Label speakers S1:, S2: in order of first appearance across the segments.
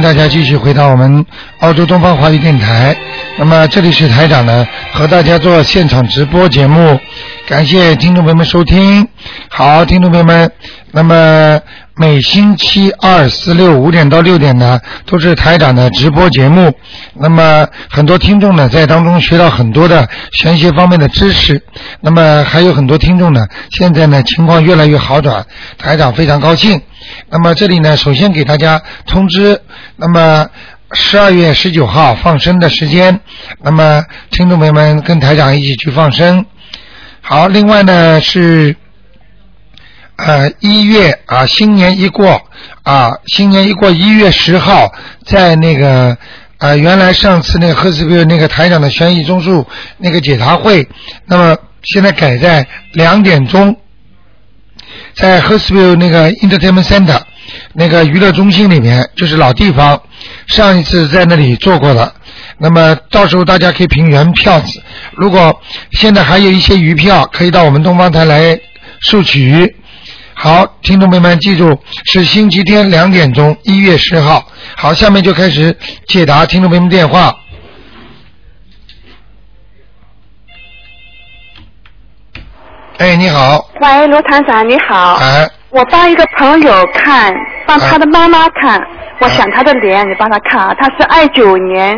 S1: 大家继续回到我们澳洲东方华语电台。那么这里是台长呢，和大家做现场直播节目，感谢听众朋友们收听。好，听众朋友们，那么每星期二、四、六五点到六点呢，都是台长的直播节目。那么很多听众呢，在当中学到很多的玄学方面的知识。那么还有很多听众呢，现在呢情况越来越好转，台长非常高兴。那么这里呢，首先给大家通知，那么十二月十九号放生的时间，那么听众朋友们跟台长一起去放生。好，另外呢是。呃，一月啊，新年一过啊，新年一过，一月十号在那个呃，原来上次那个赫斯贝尔那个台长的悬疑综述那个解答会，那么现在改在两点钟，在 h e r s v i l l e 那个 Entertainment Center 那个娱乐中心里面，就是老地方，上一次在那里做过了。那么到时候大家可以凭原票子，如果现在还有一些余票，可以到我们东方台来收取。好，听众朋友们，记住是星期天两点钟，一月十号。好，下面就开始解答听众朋友们电话。哎，你好，
S2: 喂，罗团长你
S3: 啊
S2: 好，
S1: 哎，
S2: 我帮一个朋友看，帮他的妈妈看，我
S1: 啊
S2: 想他的脸，你帮他看啊，他是二九年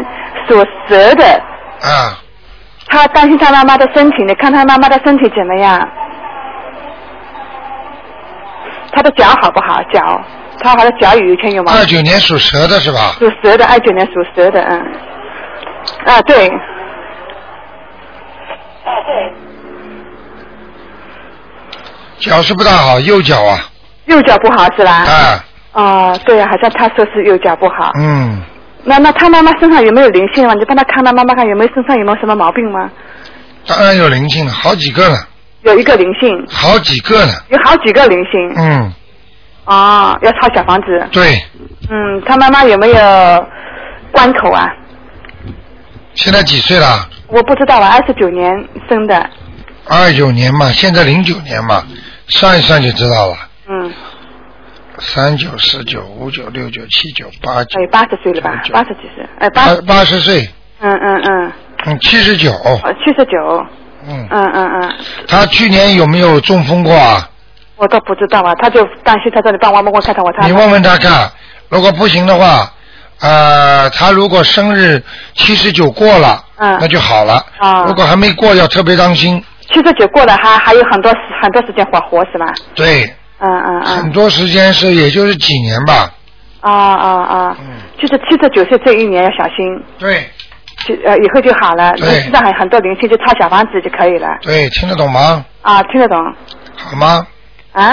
S2: 属蛇的，
S1: 啊，
S2: 他担心他妈妈的身体，你看他妈妈的身体怎么样？他的脚好不好？脚，他好像脚有一圈有毛
S1: 二
S2: 病，
S1: 九年属蛇的是吧？
S2: 属蛇的，二九年属蛇的，嗯，啊对，
S1: 脚是不大好，右脚啊，
S2: 右脚不好是吧？
S1: 啊，
S2: 哦，对啊，好像他说是右脚不好。
S1: 嗯，
S2: 那那他妈妈身上有没有灵性啊？你帮他看他妈妈看有没有身上有没有什么毛病吗？
S1: 当然有灵性了，好几个了，
S2: 有一个灵性，
S1: 好几个了，
S2: 有好几个灵性。
S1: 嗯，
S2: 哦，要抄小房子。
S1: 对，
S2: 嗯，他妈妈有没有关口啊？
S1: 现在几岁了？
S2: 我不知道啊，二十九年生的。
S1: 二九年嘛，现在零九年嘛，算一算就知道了，
S2: 嗯，
S1: 三九、十九、五九、六九、七九、八九
S2: 哎，，八十岁了吧
S1: 九？九
S2: 八十几岁？哎，八，
S1: 八八十岁，
S2: 嗯嗯嗯，
S1: 嗯，七十九，
S2: 七十九，
S1: 嗯，
S2: 嗯嗯嗯，
S1: 他去年有没有中风过啊？
S2: 我都不知道啊，他就担心他说你帮我问问看看我他
S1: 你问问他看，如果不行的话，呃，他如果生日七十九过了，
S2: 嗯
S1: 那就好了。
S2: 啊
S1: 如果还没过，要特别当心。
S2: 七十九过了还还有很多时很多时间活活是吧？
S1: 对，
S2: 嗯嗯
S1: 很
S2: 嗯，
S1: 多时间是也就是几年吧。
S2: 啊啊啊，
S1: 嗯，
S2: 就是七十九岁这一年要小心。
S1: 对
S2: 就呃以后就好了，
S1: 对
S2: 那身上还有很多灵性，就抄小房子就可以了
S1: 对，听得懂吗？
S2: 啊，听得懂
S1: 好吗？
S2: 啊？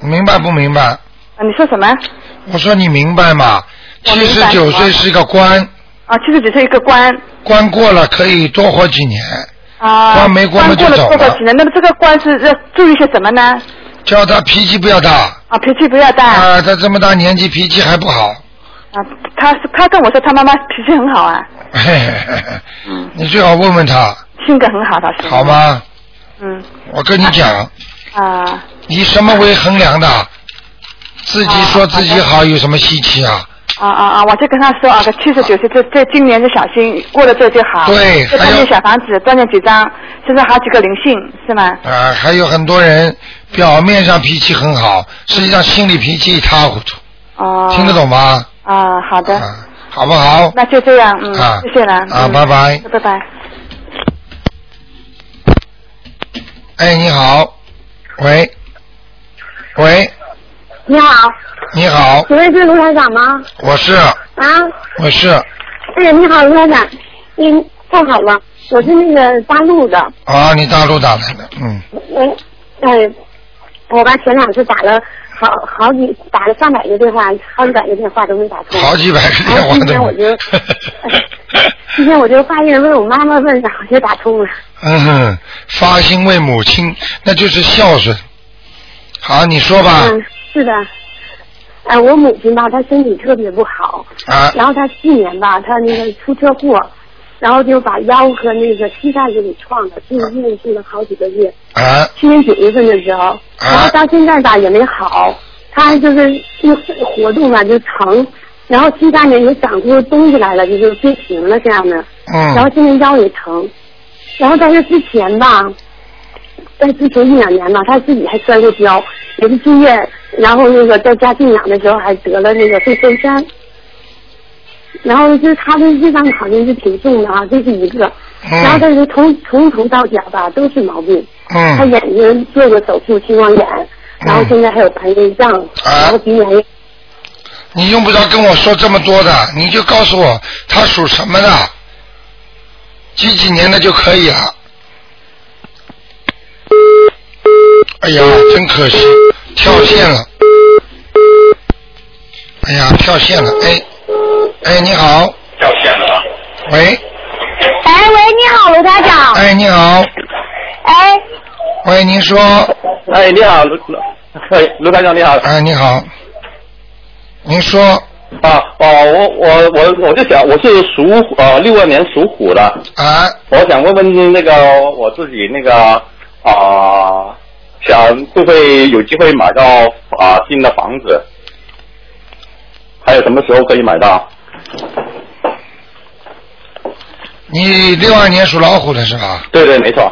S1: 明白不明白？
S2: 啊你说什么？
S1: 我说你明白吗？
S2: 我
S1: 七
S2: 明
S1: 十
S2: 白
S1: 九岁是一个关，
S2: 啊，七十九岁一个关
S1: 关过了可以多活几年。
S2: 啊，
S1: 关没关
S2: 关
S1: 嘛就
S2: 过了
S1: 走
S2: 过过
S1: 了
S2: 几年，那么这个关是要注意些什么呢？
S1: 叫他脾气不要大
S2: 啊，脾气不要大啊
S1: 啊，他这么大年纪脾气还不好。
S2: 他是他跟我说他妈妈脾气很好啊，
S1: 嘿嘿嘿嘿
S2: 嗯，
S1: 你最好问问他，
S2: 性格很好，他是
S1: 好？吗？
S2: 嗯
S1: 我跟你讲，
S2: 啊，
S1: 以什么为衡量的？自己说自己
S2: 啊
S1: 好有什么稀奇啊？
S2: 啊啊啊！我就跟他说啊，七十九岁这这今年就小心，过了这就好。
S1: 对
S2: 就
S1: 还
S2: 看
S1: 有
S2: 念小房子，多念几张，身上好几个灵性是吗？
S1: 啊，还有很多人表面上脾气很好，实际上心里脾气一塌糊涂，
S2: 哦、
S1: 听得懂吗？
S2: 啊，好的。
S1: 啊，好不好？
S2: 那就这样，嗯，
S1: 啊
S2: 谢谢了，
S1: 啊，
S2: 嗯
S1: 拜，拜。
S2: 拜拜。
S1: 哎，你好，喂，喂，
S4: 你好，
S1: 你好，
S4: 请问是卢台长吗？
S1: 我是
S4: 啊，
S1: 我是
S4: 哎，你好，卢台长，嗯，太好了，我是那个大陆的，
S1: 啊，你大陆打来的，嗯，
S4: 嗯，哎，我吧前两次打了好好几打了上百个电话，好几百个电话都没打通。
S1: 嗯好几百个电话
S4: 啊今天
S1: 都
S4: 我
S1: 没
S4: 就哎
S1: 有。
S4: 今天我就发现问我妈妈问，然后就打通了。
S1: 嗯哼，发心为母亲，那就是孝顺。好，你说吧。
S4: 嗯，是的。哎，我母亲吧，她身体特别不好，
S1: 啊
S4: 然后她去年吧，她那个出车祸，然后就把腰和那个膝盖就给撞了，住院住了好几个月。
S1: 啊
S4: 去年九月份的时候，然后到现在吧也没好，他就是就活动吧就疼，然后膝盖呢也长出东西来了，就是变形了这样的。然后
S1: 嗯，
S4: 现在腰也疼，然后在这之前吧，在之前一两年吧，他自己还摔过跤，也是住院，然后那个在家静养的时候还得了那个肺栓塞，然后就是他的这方面好像是挺重的啊，这是一个，然后
S1: 嗯，
S4: 但是从从头到脚吧都是毛病，他
S1: 嗯，
S4: 眼睛做过手术青光眼，然后现在还有白内障，
S1: 啊
S4: 然后鼻炎也
S1: 你用不着跟我说这么多的，你就告诉我他属什么的，几几年的就可以了。哎呀，真可惜，跳线了。哎呀，跳线了，哎，哎，你好，
S5: 掉线了吧？
S1: 喂，
S3: 哎喂，你好，卢台长。
S1: 哎，你好，
S3: 哎，
S1: 喂，您说，
S5: 哎，你好，卢卢，哎，卢台长你好
S1: 哎，你好，您说
S5: 啊，哦，我我我我就想，我是属虎呃六二年属虎的，
S1: 啊，
S5: 我想问问那个我自己那个啊、想会不会有机会买到啊、新的房子？还有什么时候可以买到？
S1: 你六二年属老虎的是吧？
S5: 对对，没错，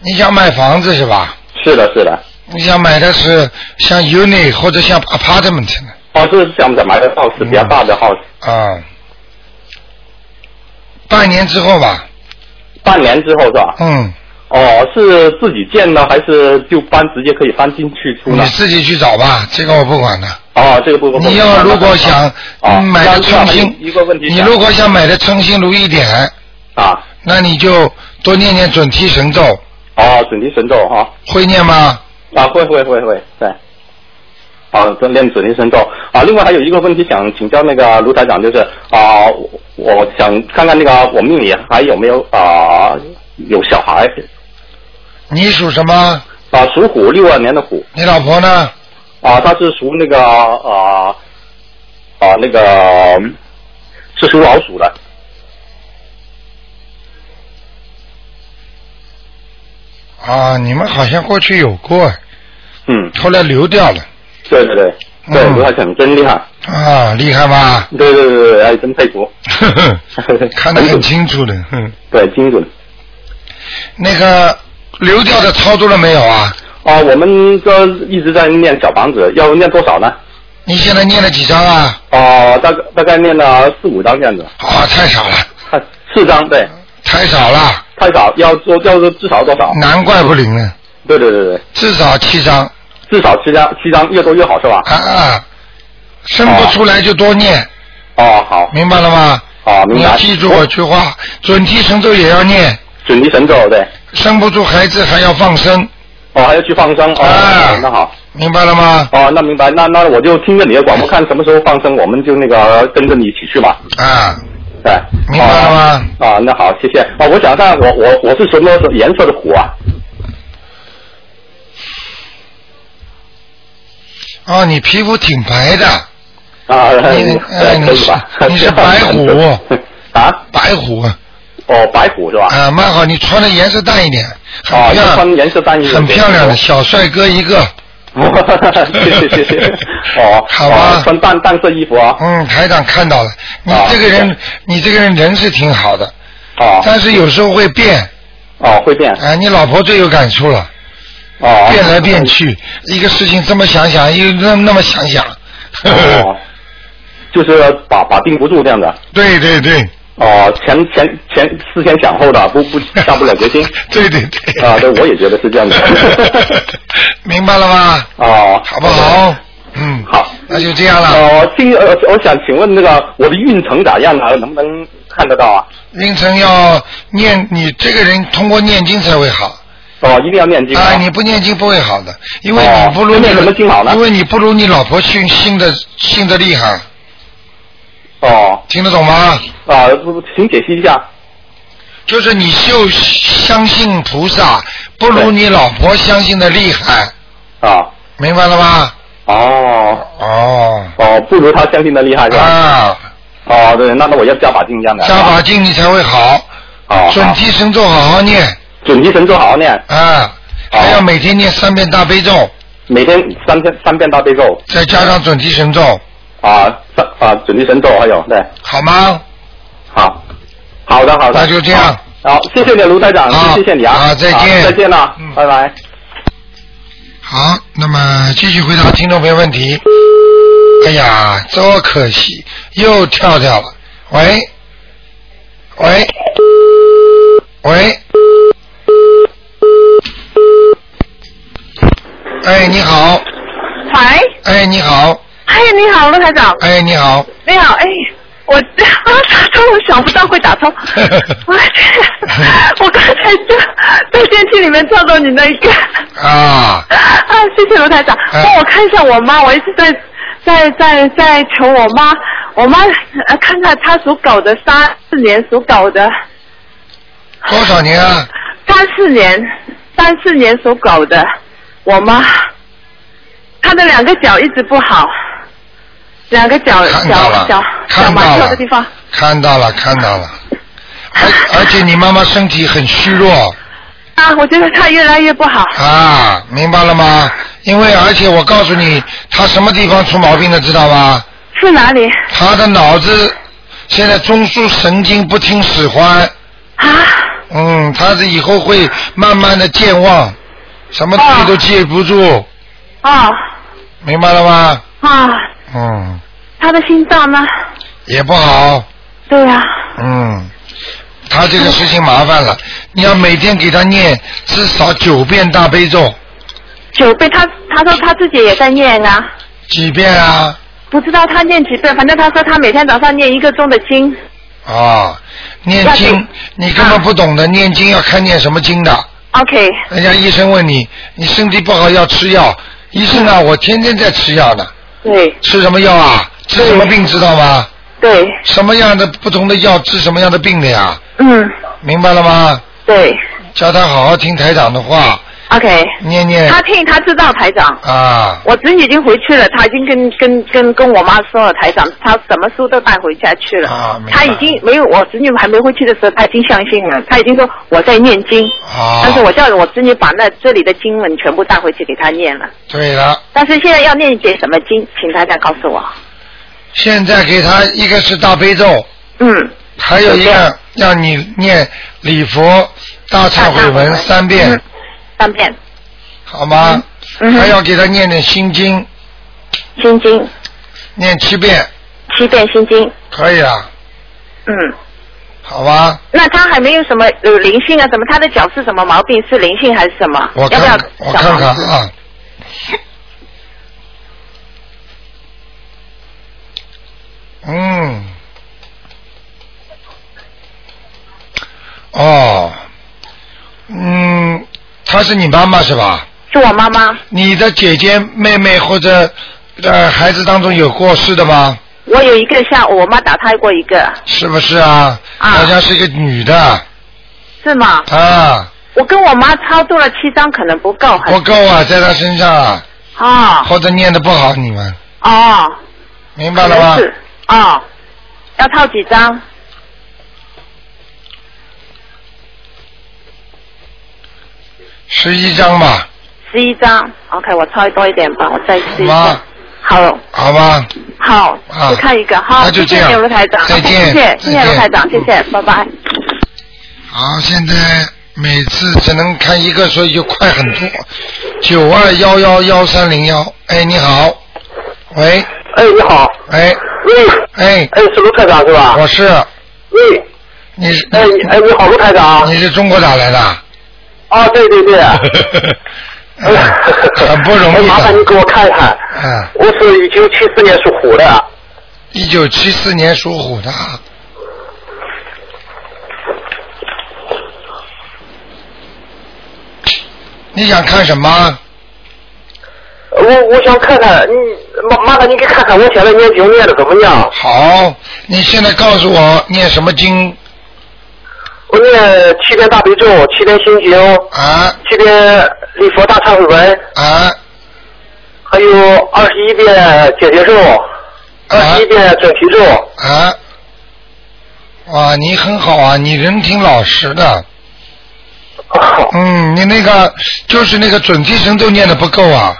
S1: 你想买房子是吧？
S5: 是的，是的。
S1: 你想买的是像 unit 或者像 apartment 呢？
S5: 哦，是想买个 house 比较大的 house，、
S1: 啊，半年之后吧，
S5: 半年之后是吧？
S1: 嗯，
S5: 哦，是自己建呢，还是就搬直接可以搬进去住呢
S1: 你？自己去找吧，这个我不管的。
S5: 哦，这个部分
S1: 你要如果想
S5: 啊
S1: 嗯买的称
S5: 那那还有一个
S1: 心
S5: 问，题
S1: 你
S5: 想
S1: 如果想买的称心如意点，
S5: 啊，
S1: 那你就多念念准提神咒，
S5: 哦，准提神咒哈，
S1: 会念吗？
S5: 啊，会会会会，对，啊，跟练准提神咒啊。另外还有一个问题想请教那个卢台长，就是啊，我我想看看那个我命里还有没有啊有小孩
S1: 你属什么？
S5: 啊，属虎六二年的虎
S1: 你老婆呢？
S5: 啊，他是属那个啊啊那个是属老鼠的
S1: 啊，你们好像过去有过，
S5: 嗯，
S1: 后来流掉了。
S5: 对对对，对
S1: 嗯
S5: 卢台长真厉害，
S1: 啊，厉害 吧？
S5: 对对对对，哎，真佩服，
S1: 呵呵看得很清楚的。嗯，
S5: 对，精准。
S1: 那个流掉的操作了没有啊？
S5: 啊，我们这一直在念小房子，要念多少呢？
S1: 你现在念了几张啊？
S5: 哦，大概大概念了四五张这样子，
S1: 啊，太少了，
S5: 看四张对，
S1: 太少了，
S5: 太少，要做要做至少多少？
S1: 难怪不灵了，
S5: 对对对对，
S1: 至少七张
S5: 至少七张，七张越多越好是吧？
S1: 啊啊！生不出来就多念，
S5: 哦，好，
S1: 明白了吗？
S5: 哦，
S1: 嗯你
S5: 明
S1: 要
S5: 白。
S1: 记住我句话，准提神咒也要念，
S5: 准提神咒对，
S1: 生不出孩子还要放生，
S5: 哦，还要去放生哦，
S1: 啊
S5: 那好，
S1: 明白了吗？
S5: 哦，那明白，那那我就听着你的广播，看什么时候放生，我们就那个跟着你一起去嘛，
S1: 啊，
S5: 对，
S1: 明白了吗？
S5: 哦啊，那好，谢谢。哦，我想看我我我是什么颜色的虎啊？
S1: 哦，你皮肤挺白的，
S5: 啊，
S1: 你哎
S5: 对，可以吧？
S1: 你呃是你是白虎
S5: 啊？
S1: 白虎啊，
S5: 哦，白虎是吧？
S1: 啊，蛮好，你穿的颜色淡一点，很
S5: 哦，
S1: 漂
S5: 要
S1: 亮，
S5: 穿颜色单一点
S1: 很漂亮的小帅哥一个。
S5: 谢谢谢谢。
S1: 啊
S5: 哦，
S1: 好吧
S5: 哦穿淡淡色衣服啊。
S1: 嗯，台长看到了，你
S5: 啊
S1: 这个人
S5: 对，
S1: 你这个人人是挺好的，
S5: 哦
S1: 但是有时候会变。
S5: 哦，会变。
S1: 啊，你老婆最有感触了，
S5: 哦。
S1: 变来变。去，一个事情这么想想，又那那么想想。
S5: 哦。就是把把定不住这样的。
S1: 对对对，
S5: 哦，前前前思前想后的，不不下不了决心。
S1: 对对对。
S5: 啊，对，我也觉得是这样的。
S1: 明白了吗？
S5: 哦，
S1: 好不好？嗯，
S5: 好
S1: 那就这样了。
S5: 呃，今呃，我想请问那个我的运程咋样啊？能不能看得到啊？
S1: 凌晨要念，你这个人通过念经才会好。
S5: 哦，一定要念经
S1: 啊，你不念经不会好的，因为
S5: 哦
S1: 你不如你
S5: 那念什么经好呢
S1: 因为你不如你老婆信信的信的厉害，
S5: 哦
S1: 听得懂吗？
S5: 啊，不不请解析一下。
S1: 就是你就相信菩萨，不如
S5: 对
S1: 你老婆相信的厉害，
S5: 啊，
S1: 明白了吗？
S5: 哦
S1: 哦，
S5: 哦，不如他相信的厉害是吧？
S1: 啊，
S5: 哦，对，那那我要加把劲这样的。
S1: 加把劲你才会好，
S5: 哦，
S1: 准
S5: 好
S1: 提神咒好好念
S5: 准提神咒好好念，哦
S1: 啊，
S5: 好
S1: 还要每天念三遍大悲咒，
S5: 每天三遍三遍大悲咒。
S1: 再加上准提神咒，
S5: 啊上啊准提神咒，还有对，
S1: 好吗？
S5: 好，好的好的，
S1: 那就这样
S5: 好。好，谢谢你卢台长
S1: 好，
S5: 谢谢你啊，
S1: 好再见
S5: 好再见了
S1: 嗯，
S5: 拜拜。
S1: 好，那么继续回答听众朋友问题。哎呀，多可惜，又跳掉了。喂，喂，喂，哎，你好，
S3: 喂，
S1: 哎，你好，
S3: 哎，你好，陆台长，
S1: 哎，你好，
S3: 你好，哎，我 打通，我想不到会打 通，我我刚才就在电梯里面跳到你那一个，
S1: 啊，
S3: 啊，谢谢卢台长，
S1: 哎
S3: 帮我看一下我妈，我一直在在在在求我妈，我妈、呃、看看她属狗的，三四年属狗的，
S1: 多少年啊？
S3: 三四年，三四年属狗的，我妈，她的两个脚一直不好，两个脚
S1: 看到
S3: 脚
S1: 了
S3: 脚，脚
S1: 看
S3: 麻
S1: 到
S3: 跳
S1: 了
S3: 的地方，
S1: 看到了，看到了。而而且你妈妈身体很虚弱
S3: 啊，我觉得她越来越不好。
S1: 啊，明白了吗？因为而且我告诉你，她什么地方出毛病了，知道吧？
S3: 是哪里？
S1: 她的脑子现在中枢神经不听使唤，
S3: 啊，
S1: 嗯，她是以后会慢慢的健忘，什么东西都记不住，
S3: 哦，
S1: 明白了吗？
S3: 啊，
S1: 嗯，
S3: 她的心脏呢？
S1: 也不好，
S3: 对啊呀、
S1: 嗯，她这个事情麻烦了，你要每天给她念至少九遍大悲咒，
S3: 九倍，她她说她自己也在念啊，
S1: 几遍啊？
S3: 不知道她念几遍，反正她说她每天早上念一个钟的经。
S1: 啊，念
S3: 要
S1: 经
S3: 紧，
S1: 你根本不懂得念经要看念什么经的。
S3: OK，
S1: 人家医生问你，你身体不好要吃药，医生啊，我天天在吃药呢，
S3: 对
S1: 吃什么药啊？治什么病知道吗？
S3: 对，
S1: 什么样的不同的药治什么样的病的呀？
S3: 嗯，
S1: 明白了吗？
S3: 对
S1: 叫他好好听台长的话，
S3: ，OK，
S1: 念念
S3: 她听她知道台长。
S1: 啊，
S3: 我侄女已经回去了，她已经跟跟跟跟我妈说了，台长，她什么书都带回家去了。
S1: 啊明白
S3: 她已经没有，我侄女还没回去的时候，她已经相信了，她已经说我在念经，
S1: 好
S3: 但，是我叫我侄女把那这里的经文全部带回去给她念了。
S1: 对了，
S3: 但是现在要念一节什么经，请台长告诉我。
S1: 现在给他一个是大悲咒，
S3: 嗯，
S1: 还有一个让你念礼佛大忏悔文三遍
S3: 嗯，三遍，
S1: 好吗？
S3: 嗯
S1: 还
S3: 哼，
S1: 要给他念念心经，
S3: 心经
S1: 念七遍，
S3: 七遍心经，
S1: 可以了，
S3: 嗯。
S1: 好吧？
S3: 那她还没有什么有灵性啊？什么？她的脚是什么毛病？是灵性还是什么？
S1: 我
S3: 要
S1: 看
S3: 不要
S1: 我
S3: 小
S1: 看看
S3: 房子
S1: 啊。嗯，哦，嗯，她是你妈妈是吧？
S3: 是我妈妈，
S1: 你的姐姐、妹妹或者呃孩子当中有过世的吗？
S3: 我有一个像我妈打胎过一个，
S1: 是不是啊？
S3: 啊
S1: 好像是一个女的
S3: 是吗？
S1: 啊。
S3: 我跟我妈超度了七张，可能不够，
S1: 不
S3: 很
S1: 够啊，在他身上啊，
S3: 哦
S1: 或者念的不好，你们
S3: 哦，
S1: 明白
S3: 可
S1: 了
S3: 能
S1: 吗？
S3: 是哦，要套几张？
S1: 十一章吧，
S3: 十一张，OK，我超多一点吧，我再试一
S1: 妈
S3: 下。好，
S1: 好吧，
S3: 好，
S1: 啊
S3: 我看一个，好，
S1: 那就
S3: 谢
S1: 这
S3: 谢
S1: 样
S3: 你卢台长，
S1: 再见
S3: 谢谢，谢
S1: 再
S3: 谢
S1: 见嗯
S3: 卢台长，谢谢，拜拜。
S1: 好，现在每次只能看一个，所以就快很多。九二幺幺幺三零幺，哎，你好，喂，
S6: 哎，你好，
S1: 哎，
S6: 喂，
S1: 哎，
S6: 哎，是卢台长是吧？
S1: 我是，
S6: 喂，
S1: 你是
S6: 哎，你哎，你好，卢台长。
S1: 你是中国打 来的，
S6: 啊，对对 对。
S1: 嗯很不容
S6: 哎
S1: 易
S6: 麻烦你
S1: 的，
S6: 给我看看。
S1: 嗯
S6: 我是一九七四年属虎的，
S1: 一九七四年属虎的，你想看什么？
S6: 我我想看看你，麻麻烦你给看看我现在念经念的怎么样？
S1: 好，你现在告诉我念什么经
S6: 我念七遍大悲咒，七遍心经，
S1: 啊
S6: 七遍礼佛大忏悔文，
S1: 啊
S6: 还有二十一遍解结咒，二
S1: 啊
S6: 十一遍准提咒。
S1: 啊！哇，你很好啊，你人挺老实的。嗯
S6: 哦
S1: 嗯，你那个就是那个准提神咒念的不够啊，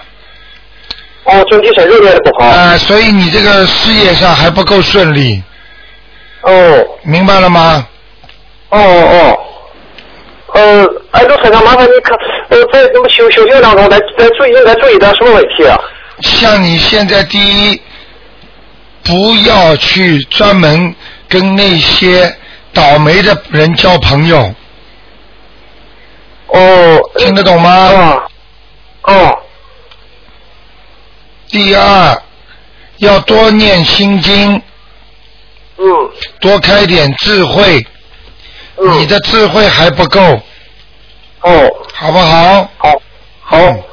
S5: 哦，经济上热烈的不好。
S1: 啊，所以你这个事业上还不够顺利，嗯
S5: 哦
S1: 明白了吗？
S5: 哦哦。呃，哎，陆台长，麻烦你看，呃，在那么修修行当中，来来注意来注意点什么问题啊？
S1: 像你现在第一，不要去专门跟那些倒霉的人交朋友，
S5: 哦。
S1: 听得懂吗？
S5: 啊。哦。
S1: 第二，要多念心经，
S5: 嗯
S1: 多开点智慧，
S5: 嗯。
S1: 你的智慧还不够，
S5: 哦，
S1: 好不好？
S5: 好，好
S1: 嗯，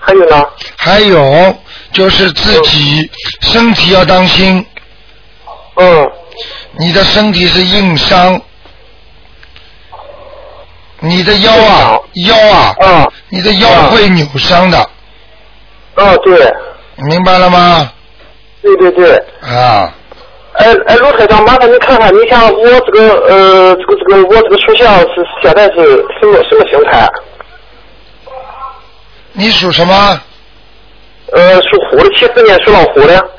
S5: 还有呢？
S1: 还有就是自己身体要当心，
S5: 嗯，
S1: 你的身体是硬伤，你的腰啊腰啊，
S5: 啊，
S1: 你的腰会扭伤的，
S5: 啊，对，
S1: 明白了吗？
S5: 对对对。
S1: 啊，
S5: 哎哎，陆台长，麻烦您看看，你像我这个呃，这个这个我这个属相是现在是什么什么形态？啊
S1: 你属什么？
S5: 呃，属虎的，七四年属老虎的。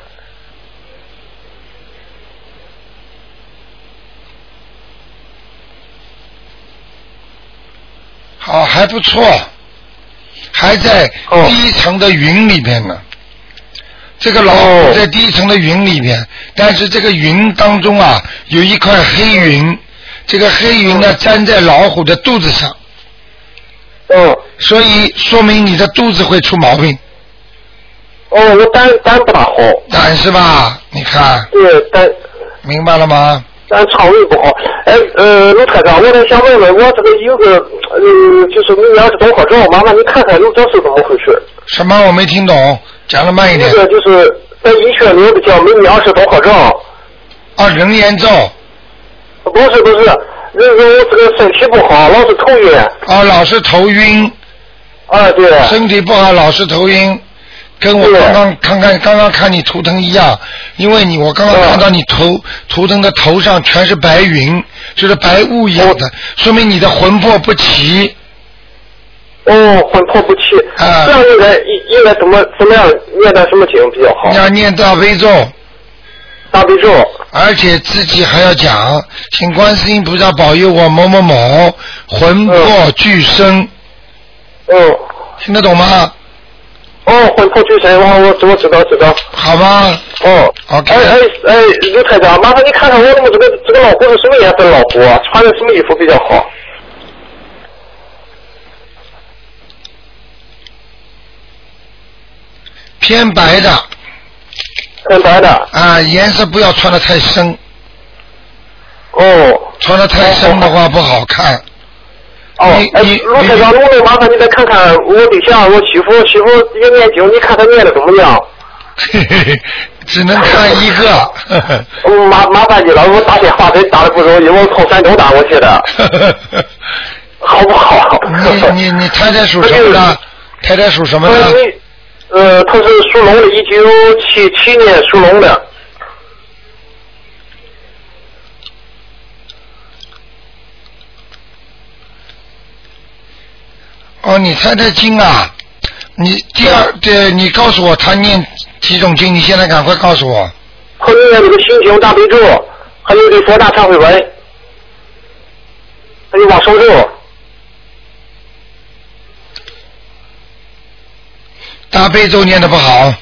S1: 好，还不错，还在
S5: 哦
S1: 低层的云里边呢。这个老
S5: 哦
S1: 虎在低层的云里边，但是这个云当中啊，有一块黑云，这个黑云
S5: 哦
S1: 呢粘在老虎的肚子上，
S5: 嗯，
S1: 所以说明你的肚子会出毛病，
S5: 哦，我胆胆不大好，
S1: 胆是吧？你看，
S5: 对，胆
S1: 明白了吗？
S5: 咱肠胃不好，哎，呃，陆科长，我得想问问，我这个有个，呃，就是你要是综合症，麻烦你看看，你这是怎么回事？
S1: 什么我没听懂，讲的慢一点
S5: 这。个就是在医学名字叫梅尼二氏综合症，
S1: 啊，人炎症，
S5: 不是不是，那个我这个身体不好，老是头晕，
S1: 啊，老是头晕，
S5: 啊对，
S1: 身体不好，老是头晕，跟我
S5: 对
S1: 刚刚看看刚刚看你图腾一样，因为你我刚刚
S5: 嗯
S1: 看到你头图腾的头上全是白云，就是白雾一样的，说明你的魂魄不齐。
S5: 哦，魂魄不齐，
S1: 啊
S5: 这样应该应应该怎么怎么样念点什么经比较好
S1: 你？要念大悲咒，
S5: 大悲咒，
S1: 而且自己还要讲，请观世音菩萨保佑我某某某魂魄俱生，
S5: 嗯，
S1: 听得懂吗？
S5: 哦，魂魄俱神，我我我知道知道，
S1: 好吧
S5: 哦。
S1: ，OK，、
S5: 哎哎哎，刘台长，麻烦你看看我们这个这个老虎是什么颜色的老虎、啊，穿的什么衣服比较好？
S1: 偏白的
S5: 很白的。
S1: 啊，颜色不要穿的太深，
S5: 哦
S1: 穿的太深的话不好看。
S5: 哦
S1: 你，
S5: 哎，
S1: 你
S5: 卢台长，能不能麻烦你再看看我对象，我媳妇，媳妇也念经，你看她念的怎么样？
S1: 嘿嘿嘿， 只能看一个。 呵呵
S5: 嗯麻麻烦你了，我打电话真打的不容易，我从山东打过去 的，好不好？
S1: 你你你太太属什么
S7: 哎
S1: 的？太太属什么
S5: 呃
S1: 的？
S5: 你呃，他是属龙的，一九七七年属龙的。
S1: 哦，你太太经啊！你第二，对，你告诉我她念几种经？你现在赶快告诉我。
S5: 后面那个心经大悲咒，还有这佛大忏悔文，还有往生咒。
S1: 大悲咒念的不好，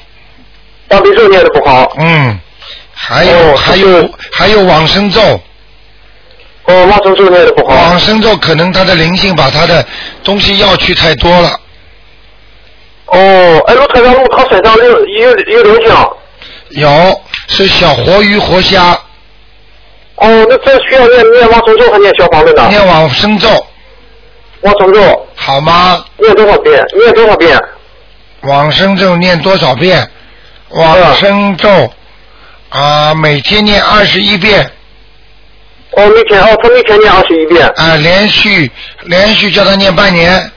S5: 大悲咒念的不好，
S1: 嗯，还有、
S5: 哦
S1: 还有还有往生咒，
S5: 哦，往生咒念的不好
S1: 往。生咒可能她的灵性把她的东西要去太多了，
S5: 哦，哎，卢台长，路他身上有有有灵性。
S1: 有是小活鱼活虾，
S5: 哦，那这需要念念往生咒还念小房子呢？
S1: 念往生咒
S5: 往生咒
S1: 好吗？
S5: 念多少遍？念多少遍？
S1: 往生咒念多少遍？往生咒啊、每天念二十一遍
S5: 哦，每天哦，他每天念二十一遍。
S1: 啊、连续连续叫他念半年，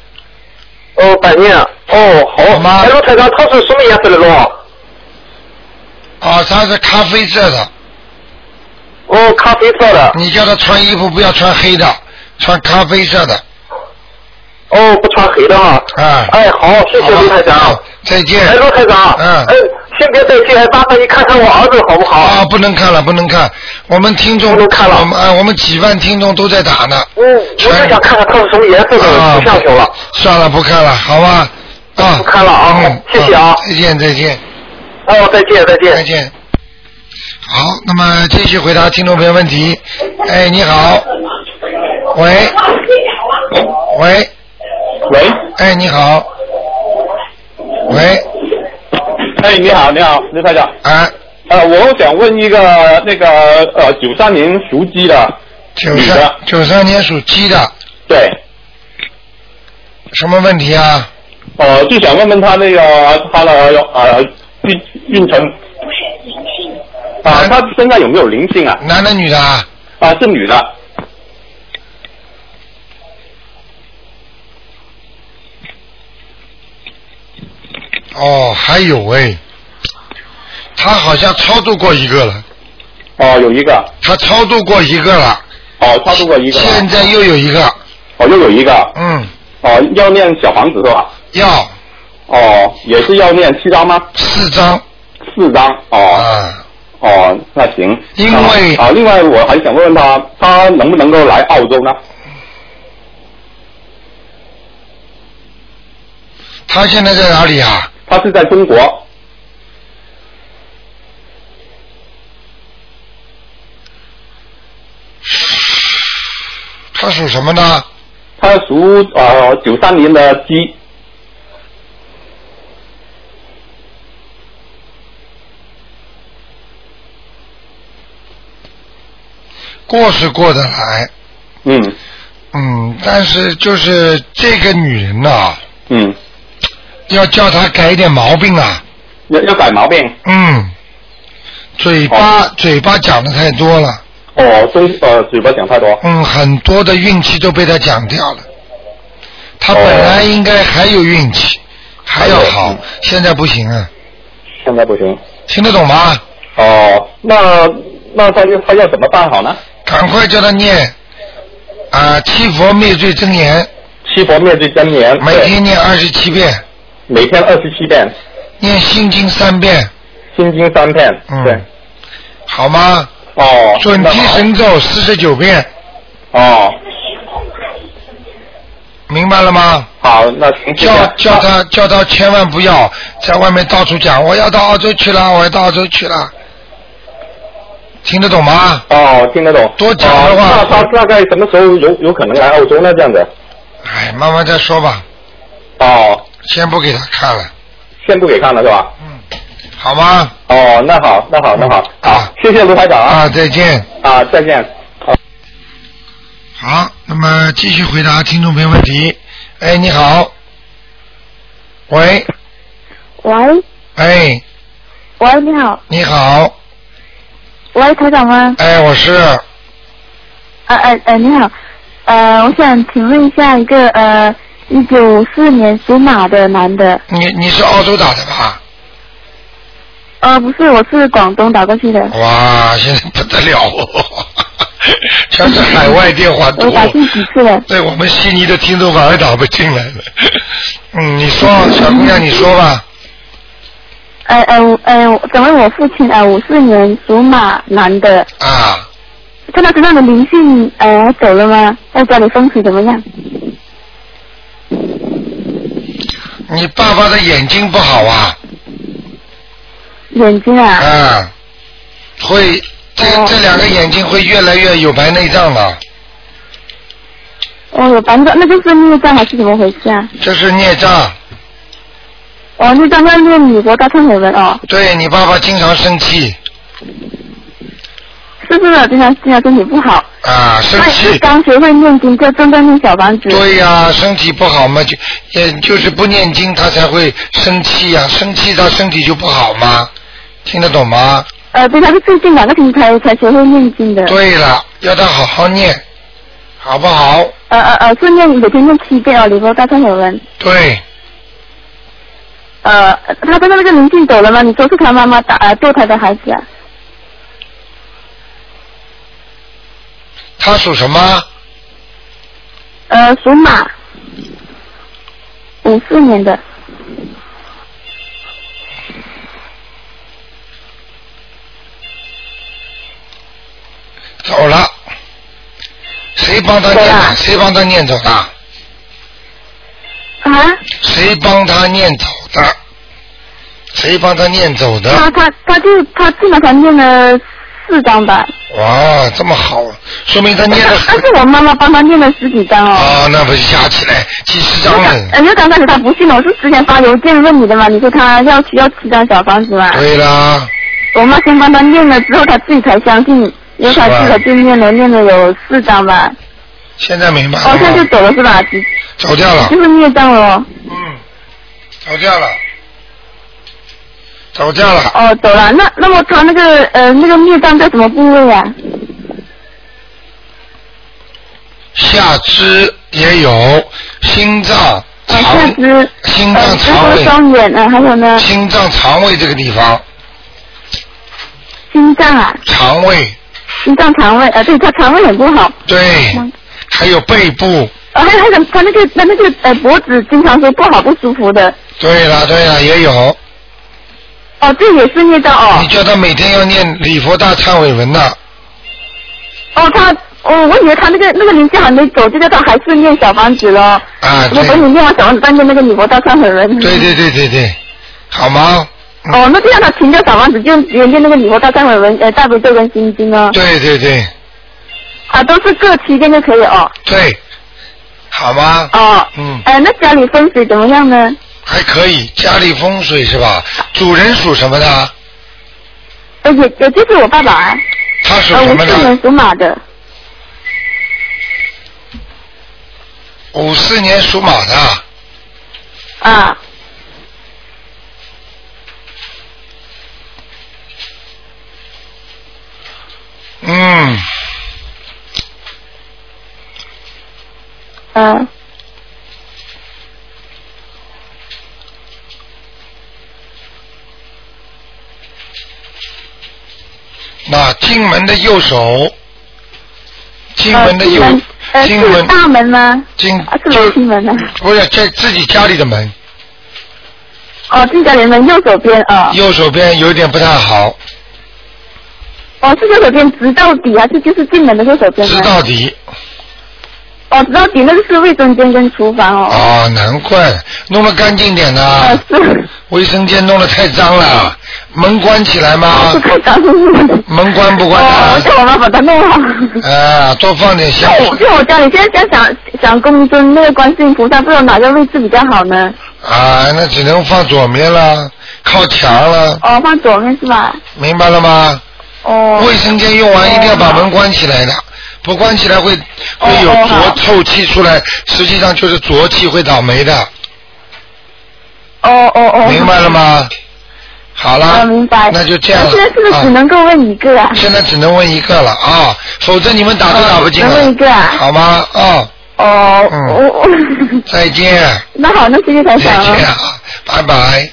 S5: 哦，百念。哦，好。
S1: 好吗
S5: 哎，卢台长，他是什么颜色的龙？
S1: 啊、他是咖啡色的，
S5: 哦，咖啡色的。
S1: 你叫他穿衣服不要穿黑的，穿咖啡色的，
S6: 哦，不穿黑的哈。
S1: 啊
S6: 哎，好，谢谢
S1: 好吧
S6: 卢台长。
S1: 嗯好再见
S6: 哎，卢台长。
S1: 嗯
S6: 哎，先别再见，麻烦你看看我儿子好不好？
S1: 啊，不能看了，不能看，我们听众
S6: 不能看了
S1: 我们啊，我们几万听众都在打呢。
S6: 嗯，我就
S1: 全
S6: 想看看他是什么颜色
S1: 啊
S6: 的，不相行了。
S1: 算了，不看了，好吧？啊，
S6: 不看了啊
S1: 嗯
S6: 谢谢啊
S1: 再见，再见，
S6: 哦，再见，再见。
S1: 再见。好，那么继续回答听众朋友问题。哎，你好，喂，喂，
S5: 喂，
S1: 哎，你好，喂，
S5: 哎，你好，你好，刘台长，
S1: 啊，
S5: 呃，我想问一个那个呃九三年属鸡的，
S1: 九
S5: 女
S1: 三
S5: 的
S1: 九三年属鸡的，
S5: 对，
S1: 什么问题啊？
S5: 呃，就想问问他那个他的呃运运程，啊、他身上有没有灵性啊？
S1: 男的女的啊？
S5: 啊、是女的，
S1: 哦，还有哎，他好像超度过一个了，
S5: 哦、有一个，
S1: 他超度过一个了，
S5: 哦、超度过一个了，
S1: 现在又有一个，
S5: 哦、又有一个，哦、
S1: 嗯，
S5: 要念小房子是吧？
S1: 要
S5: 哦、也是要念七张吗？
S1: 四张
S5: 四张，哦、
S1: 啊，
S5: 哦，那行。
S1: 因为
S5: 啊，啊另外我还想问问他，他能不能够来澳洲呢？
S1: 他现在在哪里啊？
S5: 他是在中国。
S1: 他属什么呢？
S5: 他属呃九三年的鸡，
S1: 过是过得来，
S5: 嗯
S1: 嗯，但是就是这个女人呐、
S5: 嗯，
S1: 要叫她改一点毛病啊，
S5: 要要改毛病
S1: 嗯，嘴巴、嘴巴讲的太多了，
S5: 哦，中呃嘴巴讲太多，
S1: 嗯，很多的运气都被她讲掉了。她
S5: 哦
S1: 本来应该还有运气，还要
S5: 还
S1: 好
S5: 有，
S1: 现在不行啊，
S5: 现在不行
S1: 听得懂吗？
S5: 哦，那那他要他要怎么办好呢？
S1: 赶快叫她念啊七佛灭罪真言，
S5: 七佛灭罪真言，
S1: 每
S5: 对
S1: 天念二十七遍，
S5: 每天二十七遍，
S1: 念心经三遍，
S5: 心经三遍，
S1: 嗯
S5: 对，
S1: 好吗？
S5: 哦，
S1: 准
S5: 那
S1: 提
S5: 好
S1: 神咒四十九遍，
S5: 哦，
S1: 明白了吗？
S5: 好，那行，谢谢
S1: 叫叫
S5: 啊
S1: 他叫他千万不要在外面到处讲，我要到澳洲去了，我要到澳洲去了，听得懂吗？
S5: 哦，听得懂。
S1: 多讲的话
S5: 哦那他大概什么时候有有可能来澳洲呢？这样子？
S1: 哎，慢慢再说吧，
S5: 哦，
S1: 先不给他看了，
S5: 先不给看了是吧？
S1: 好吗？
S5: 哦，那好，那好，那好，
S1: 啊
S5: 好，谢谢卢台长
S1: 啊，
S5: 啊，
S1: 再见。
S5: 啊，再见。 好
S1: 好，那么继续回答听众朋友问题。哎，你好，喂，
S8: 喂
S1: 哎，
S8: 喂，你好，
S1: 你好，
S8: 喂，台长吗？
S1: 哎，我是
S8: 呃呃呃，你好，呃，我想请问一下一个呃，一九四年属马的男的，
S1: 你，你是澳洲打的吧？
S8: 呃，不是，我是广东打过去的，
S1: 哦哇，现在不得了、 哦，全是海外电话多。
S8: 我打进几次了，
S1: 对我们悉尼的听众反而打不进来了。嗯，你说，小姑娘，你说吧。
S8: 呃呃我呃，我请问我父亲啊，五、4四年属马男的，
S1: 啊，
S8: 看他身上的灵性呃还走了吗？在家里风水怎么样？
S1: 你爸爸的眼睛不好啊，
S8: 眼睛啊，
S1: 啊，会这
S8: 哦
S1: 这两个眼睛会越来越有白内障了，呃
S8: 哦，有白障，那就是孽障还是怎么回事啊？
S1: 这是孽障。
S8: 哦，孽障要念女国大忏悔文哦，
S1: 对你爸爸经常生气
S8: 是不是经常经常身体不好？
S1: 啊，生
S8: 那也是
S1: 气。
S8: 刚学会念经，就正在念小房子。
S1: 对呀、身体不好嘛，就也就是不念经，他才会生气呀、生气他身体就不好嘛，听得懂吗？
S8: 呃，对，他是最近两个星期才才学会念经的。
S1: 对了，要他好好念，好不好？
S8: 呃呃呃，是念每天念七遍哦，礼佛大忏悔文。
S1: 对，
S8: 呃，他的那个灵性走了吗？你说是他妈妈打呃堕胎的孩子啊？
S1: 他属什么？
S8: 呃，属马。九四年的，
S1: 走了，谁帮他念的？谁帮他念走的？
S8: 啊，
S1: 谁帮他念走的？谁帮他念走的？
S8: 他他他就他基本上念了四张吧，
S1: 哇，这么好，啊说明他念的
S8: 但是我妈妈帮他念了十几张哦。
S1: 啊，那不是加起来几十张了？
S8: 呃，就刚开始他不信了，我是之前发邮件问你的嘛，你说他要需要七张小房子嘛，
S1: 对啦，
S8: 我妈先帮他念了之后，他自己才相信，然后他自己才就念了，念了有四张吧，
S1: 现在明白
S8: 哦，
S1: 了
S8: 现在就
S1: 吗？
S8: 走了是吧？就
S1: 走掉了，
S8: 就是孽障了哦，
S1: 嗯，走掉了，走掉了，
S8: 哦，走了。那那么他那个呃那个孽障在什么部位啊？
S1: 下肢也有，心脏、
S8: 呃，下
S1: 肠、
S8: 肢，
S1: 心
S8: 呃，
S1: 脏、
S8: 就是
S1: 肠
S8: 说
S1: 胃、
S8: 双眼啊，呃还有呢，
S1: 心脏、肠胃这个地方，
S8: 心脏啊，
S1: 肠胃，
S8: 心脏肠胃，呃，对他肠胃很不好，
S1: 对，还有背部，
S8: 呃，还有还有他那个他那个呃脖子经常说不好不舒服的，
S1: 对了对了，也有。
S8: 哦，这也是孽障哦
S1: 你。叫他每天要念礼佛大忏悔文呐，
S8: 哦，他，哦，我以为他那个那个灵性还没走，结果他还是念小房子了。
S1: 啊，
S8: 我等
S1: 对，
S8: 你念完小房子，再念那个女佛大忏悔文。
S1: 对对对对对，好吗？
S8: 哦，那就让他停掉小房子，就只念那个女佛大忏悔文，呃，大悲咒跟心经哦。
S1: 对对对
S8: 啊，都是各期间就可以哦。
S1: 对，好吗？
S8: 哦。
S1: 嗯
S8: 呃，那家里风水怎么样呢？
S1: 还可以，家里风水是吧？主人属什么的？
S8: 呃，也也就是我爸爸啊，
S1: 他属
S8: 呃，
S1: 什
S8: 我
S1: 么
S8: 是
S1: 的？
S8: 年属马的。
S1: 五四年属马的，
S8: 啊，
S1: 嗯，
S8: 嗯、呃，
S1: 那进门的右手，进
S8: 呃
S1: 门的右
S8: 门，呃，，
S1: 进
S8: 是
S1: 门
S8: 大门吗？
S1: 进
S8: 啊，是楼
S1: 就
S8: 梯门呢？
S1: 不是在自己家里的门，
S8: 哦，自己家里门右手边啊。
S1: 右手边有点不太好，
S8: 哦，是右手边直到底还是就是进门的右手边呢？
S1: 知道底。
S8: 哦，知道底那个是卫生间跟厨房哦。
S1: 啊，难怪弄得干净点
S8: 呃
S1: 呐，
S8: 是，
S1: 卫生间弄得太脏了，门关起来吗
S8: 哦是？太脏了。
S1: 啊门关不关
S8: 哦，我
S1: 啊？
S8: 叫我妈把它弄好。
S1: 啊，多放点香
S8: 那我
S1: 水
S8: 就我家里现在想想想公尊那个观世音菩萨，不知道哪个位置比较好呢？
S1: 啊，那只能放左面了，靠墙了，
S8: 哦，放左面是吧？
S1: 明白了吗？
S8: 哦。
S1: 卫生间用完一定要把门关起来的，不关起来会会有浊
S8: 哦好
S1: 臭气出来，实际上就是浊气会倒霉的，
S8: 哦哦哦。
S1: 明白了吗？好
S8: 哦，
S1: 了，
S8: 明白。
S1: 那就这样了。
S8: 那现在是不是
S1: 啊
S8: 只能够问一个啊？
S1: 现在只能问一个了啊，否则你们打都打不进来，
S8: 哦能问一个啊
S1: 好吗？啊，
S8: 哦，
S1: 嗯
S8: 我我。
S1: 再见，
S8: 那好，那谢谢台
S1: 再
S8: 长哦。
S1: 见啊，拜拜。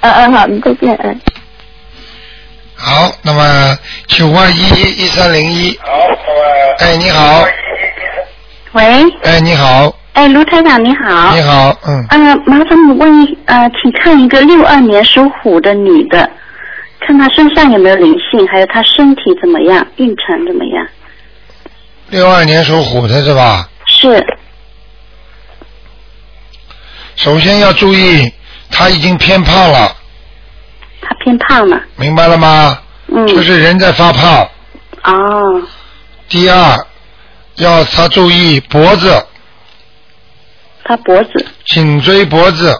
S8: 嗯嗯，好，你再见，嗯。
S1: 好，那么九二一一三零一，
S6: 好，我
S1: 哎，你好，
S9: 喂，
S1: 哎，你好，
S9: 哎，卢台长你好。
S1: 你好，嗯，
S9: 呃，麻烦你问一呃，请看一个六二年属虎的女的，看她身上有没有灵性，还有她身体怎么样，运程怎么样？
S1: 六二年属虎的是吧？
S9: 是，
S1: 首先要注意，他已经偏胖了，
S9: 她偏胖了。
S1: 明白了吗？
S9: 嗯。
S1: 就是人在发胖。
S9: 哦，
S1: 第二，要他注意脖子、
S9: 她脖子，
S1: 颈椎、脖子，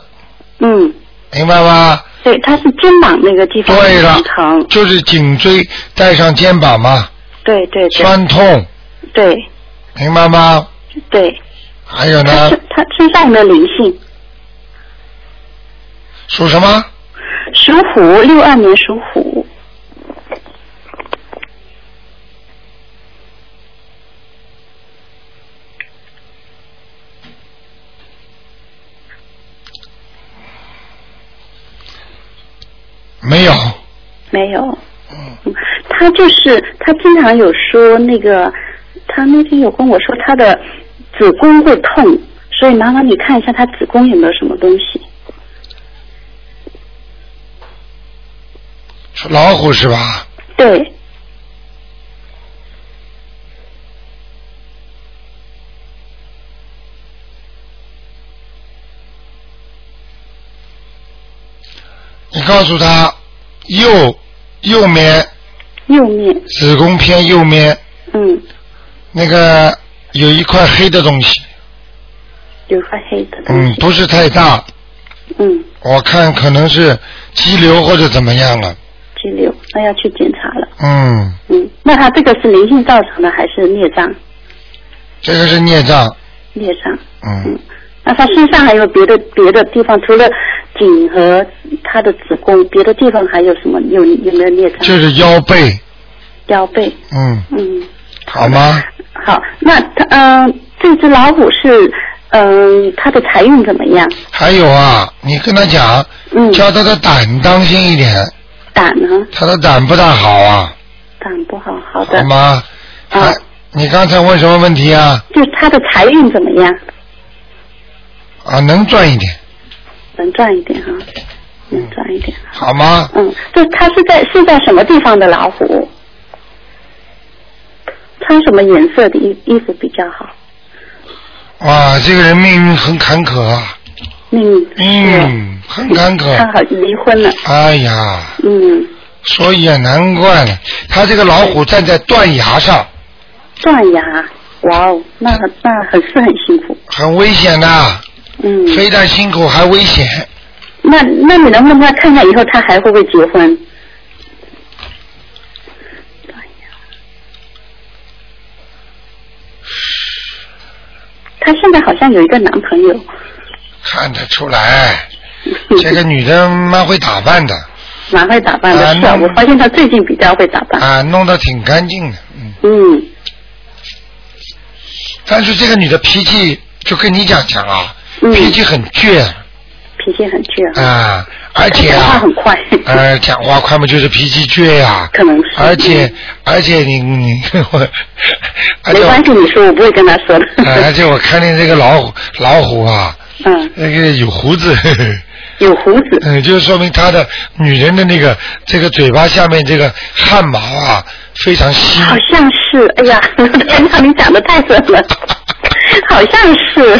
S9: 嗯，
S1: 明白吗？
S9: 对，她是肩膀那个地方
S1: 对了
S9: 很疼，，
S1: 就是颈椎带上肩膀嘛，
S9: 对对对
S1: 酸痛，
S9: 对
S1: 明白吗？
S9: 对，
S1: 还有
S9: 她
S1: 呢，
S9: 身她身上有没有灵性？
S1: 属什么？
S9: 属虎，六二年属虎，
S1: 没有，
S9: 没有。嗯，他就是他经常有说那个，他那天有跟我说他的子宫会痛，所以麻烦你看一下她子宫有没有什么东西。
S1: 属老虎是吧？
S9: 对，
S1: 你告诉他右右面
S9: 右面，
S1: 子宫偏右面
S9: 嗯，
S1: 那个有一块黑的东西，
S9: 有块黑的东
S1: 嗯，
S9: 西。
S1: 不是太大，
S9: 嗯，
S1: 我看可能是肌瘤或者怎么样了，
S9: 肌瘤，那要去检查了。
S1: 嗯，
S9: 嗯，那她这个是灵性造成的还是孽障？
S1: 这个是孽障，
S9: 孽障。
S1: 嗯，
S9: 那她身上还有别的别的地方，除了颈和她的子宫，别的地方还有什么？有有没有孽障？
S1: 就是腰背，
S9: 腰背。
S1: 嗯，
S9: 嗯，
S1: 好吗？
S9: 好，那它嗯、这只老虎是嗯、它的财运怎么样？
S1: 还有啊，你跟他讲，
S9: 嗯，
S1: 叫他的胆当心一点，
S9: 胆呢？
S1: 他的胆不大好啊，
S9: 胆不好，好的
S1: 好，吗？
S9: 嗯
S1: 还你刚才问什么问题啊？
S9: 就是它的财运怎么样？
S1: 啊，能赚一点，
S9: 能赚一点哈、
S1: 嗯
S9: 能赚一点。
S1: 好吗？
S9: 嗯，就它是在是在什么地方的老虎？穿什么颜色的衣衣服比较好？
S1: 哇，这个人命运很坎坷啊，
S9: 嗯，是，
S1: 嗯，很坎
S9: 他
S1: 坷。
S9: 好离婚了，
S1: 哎呀，
S9: 嗯，
S1: 所以啊，难怪了，他这个老虎站在断崖上，
S9: 断崖，哇哦，那那很是很辛苦，
S1: 很危险的、
S9: 嗯，
S1: 非但辛苦还危险。
S9: 那那你能不能看看以后他还会不会结婚？他现在好像有一个男朋友，
S1: 看得出来，
S9: 嗯
S1: 这个女的蛮会打扮的
S9: 蛮会打扮
S1: 啊
S9: 的，是啊，
S1: 那
S9: 我发现他最近比较会打扮。
S1: 啊，弄得挺干净的，嗯。
S9: 嗯，
S1: 但是这个女的脾气，就跟你讲讲啊，
S9: 嗯
S1: 脾气很倔
S9: 脾气很倔，
S1: 啊，而且
S9: 哎讲话
S1: 啊，
S9: 很快，
S1: 呃，讲话快嘛就是脾气倔呀、
S9: 可能是。
S1: 而且
S9: 嗯
S1: 而且你你 我，而且
S9: 没
S1: 我
S9: 关系，你说我不会跟他说的。
S1: 哎而且我看见这个老虎老虎啊，
S9: 嗯，
S1: 那个有胡子， 呵呵
S9: 有胡子，
S1: 嗯，就是说明他的女人的那个这个嘴巴下面这个汗毛啊非常稀。
S9: 好像是，哎呀， 天哪，你讲的太准了， 好像 是，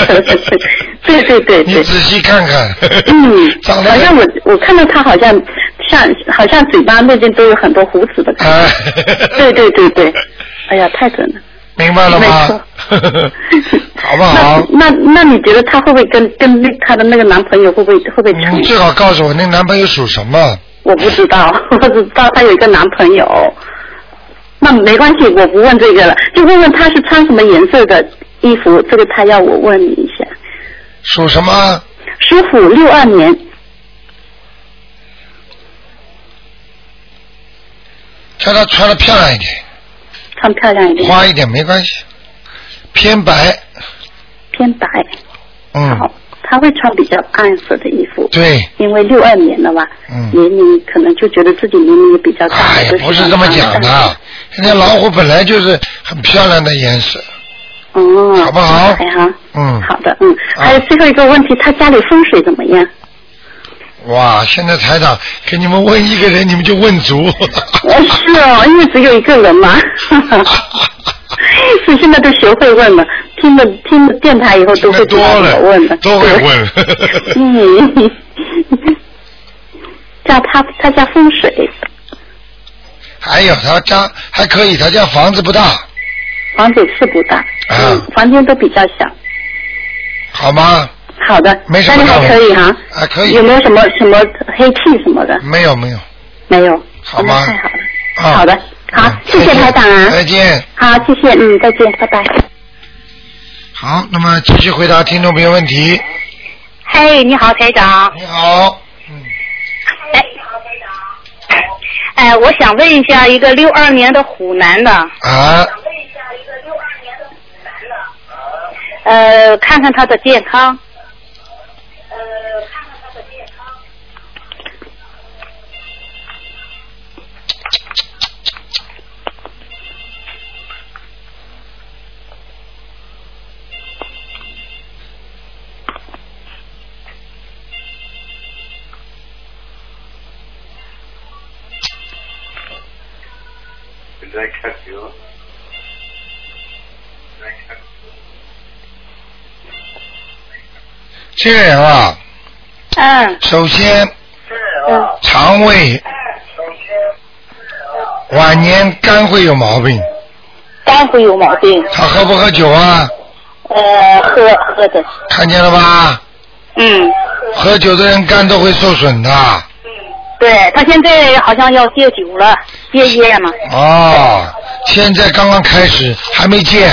S9: 对对对
S1: 你
S9: 对，
S1: 仔细看看，
S9: 嗯，
S1: 长得
S9: 好像我我看到他好像像好像嘴巴那边都有很多胡子的感觉，
S1: 啊，
S9: 对对对对，哎呀，太准了，
S1: 明白了吗？ 好不好？
S9: 那那那你觉得他会不会跟跟那她的那个男朋友会不会会不会成
S1: 你？最好告诉我那男朋友属什么？
S9: 我不知道，我只知道她有一个男朋友。那没关系，我不问这个了，就问问她是穿什么颜色的衣服，这个她要我问你一下。
S1: 属什么？
S9: 属虎，六二年，
S1: 叫他穿的漂亮一点，
S9: 穿漂亮一点，
S1: 花一点没关系，偏白，
S9: 偏白。
S1: 嗯
S9: 好，，她会穿比较暗色的衣服。
S1: 对，
S9: 因为六二年了吧，
S1: 嗯
S9: 年龄可能就觉得自己年龄也比较大，
S1: 哎呀
S9: 就，
S1: 不是这么讲
S9: 喜欢穿
S1: 的，人家老虎本来就是很漂亮的颜色，
S9: 淡。 哦，
S1: 好不好
S9: 哎哈，
S1: 嗯，
S9: 好的，嗯。
S1: 啊
S9: 还有最后一个问题，她家里风水怎 么样？
S1: 哇，现在台长给你们问一个人，你们就问足，
S9: 呃，是哦，因为只有一个人嘛。 是现在都学会问了，听了听了电台以后都
S1: 听
S9: 会
S1: 得
S9: 知道
S1: 多
S9: 怎么问
S1: 了
S9: 的，
S1: 都会
S9: 对。
S1: 问。
S9: 嗯，家他他家风水
S1: 还有他家还可以，他家房子不大，
S9: 房子是不大，
S1: 啊
S9: 嗯，房间都比较小。
S1: 好吗？
S9: 好的，
S1: 没什
S9: 但
S1: 么
S9: 是
S1: 大
S9: 还
S1: 问
S9: 可以哈、
S1: 啊，可以
S9: 有，没有什么什么黑气什么的？
S1: 没有没有，
S9: 没有。
S1: 好吗
S9: 那太好了。
S1: 啊，
S9: 好的，好
S1: 嗯，
S9: 谢
S1: 再
S9: 谢
S1: 见
S9: 台长啊。
S1: 再见。
S9: 好，谢谢，嗯，再见，拜拜。
S1: 好，那么继续回答听众朋友问题。
S10: 嘿，你好，台长。
S1: 你好，嗯，
S10: 哎，哎，我想问一下，一个六二年的虎男的，
S1: 啊，
S10: 呃，看看他的健康。
S11: 你来看球。来看
S1: 这个人啊，
S10: 嗯
S1: 首先
S10: 嗯
S1: 肠胃晚年肝会有毛病，
S10: 肝会有毛病，
S1: 他喝不喝酒啊？
S10: 呃，喝喝的，
S1: 看见了吧？
S10: 嗯，
S1: 喝酒的人肝都会受损的。
S10: 对他现在好像要戒酒了，戒烟嘛。
S1: 哦，现在刚刚开始，还没戒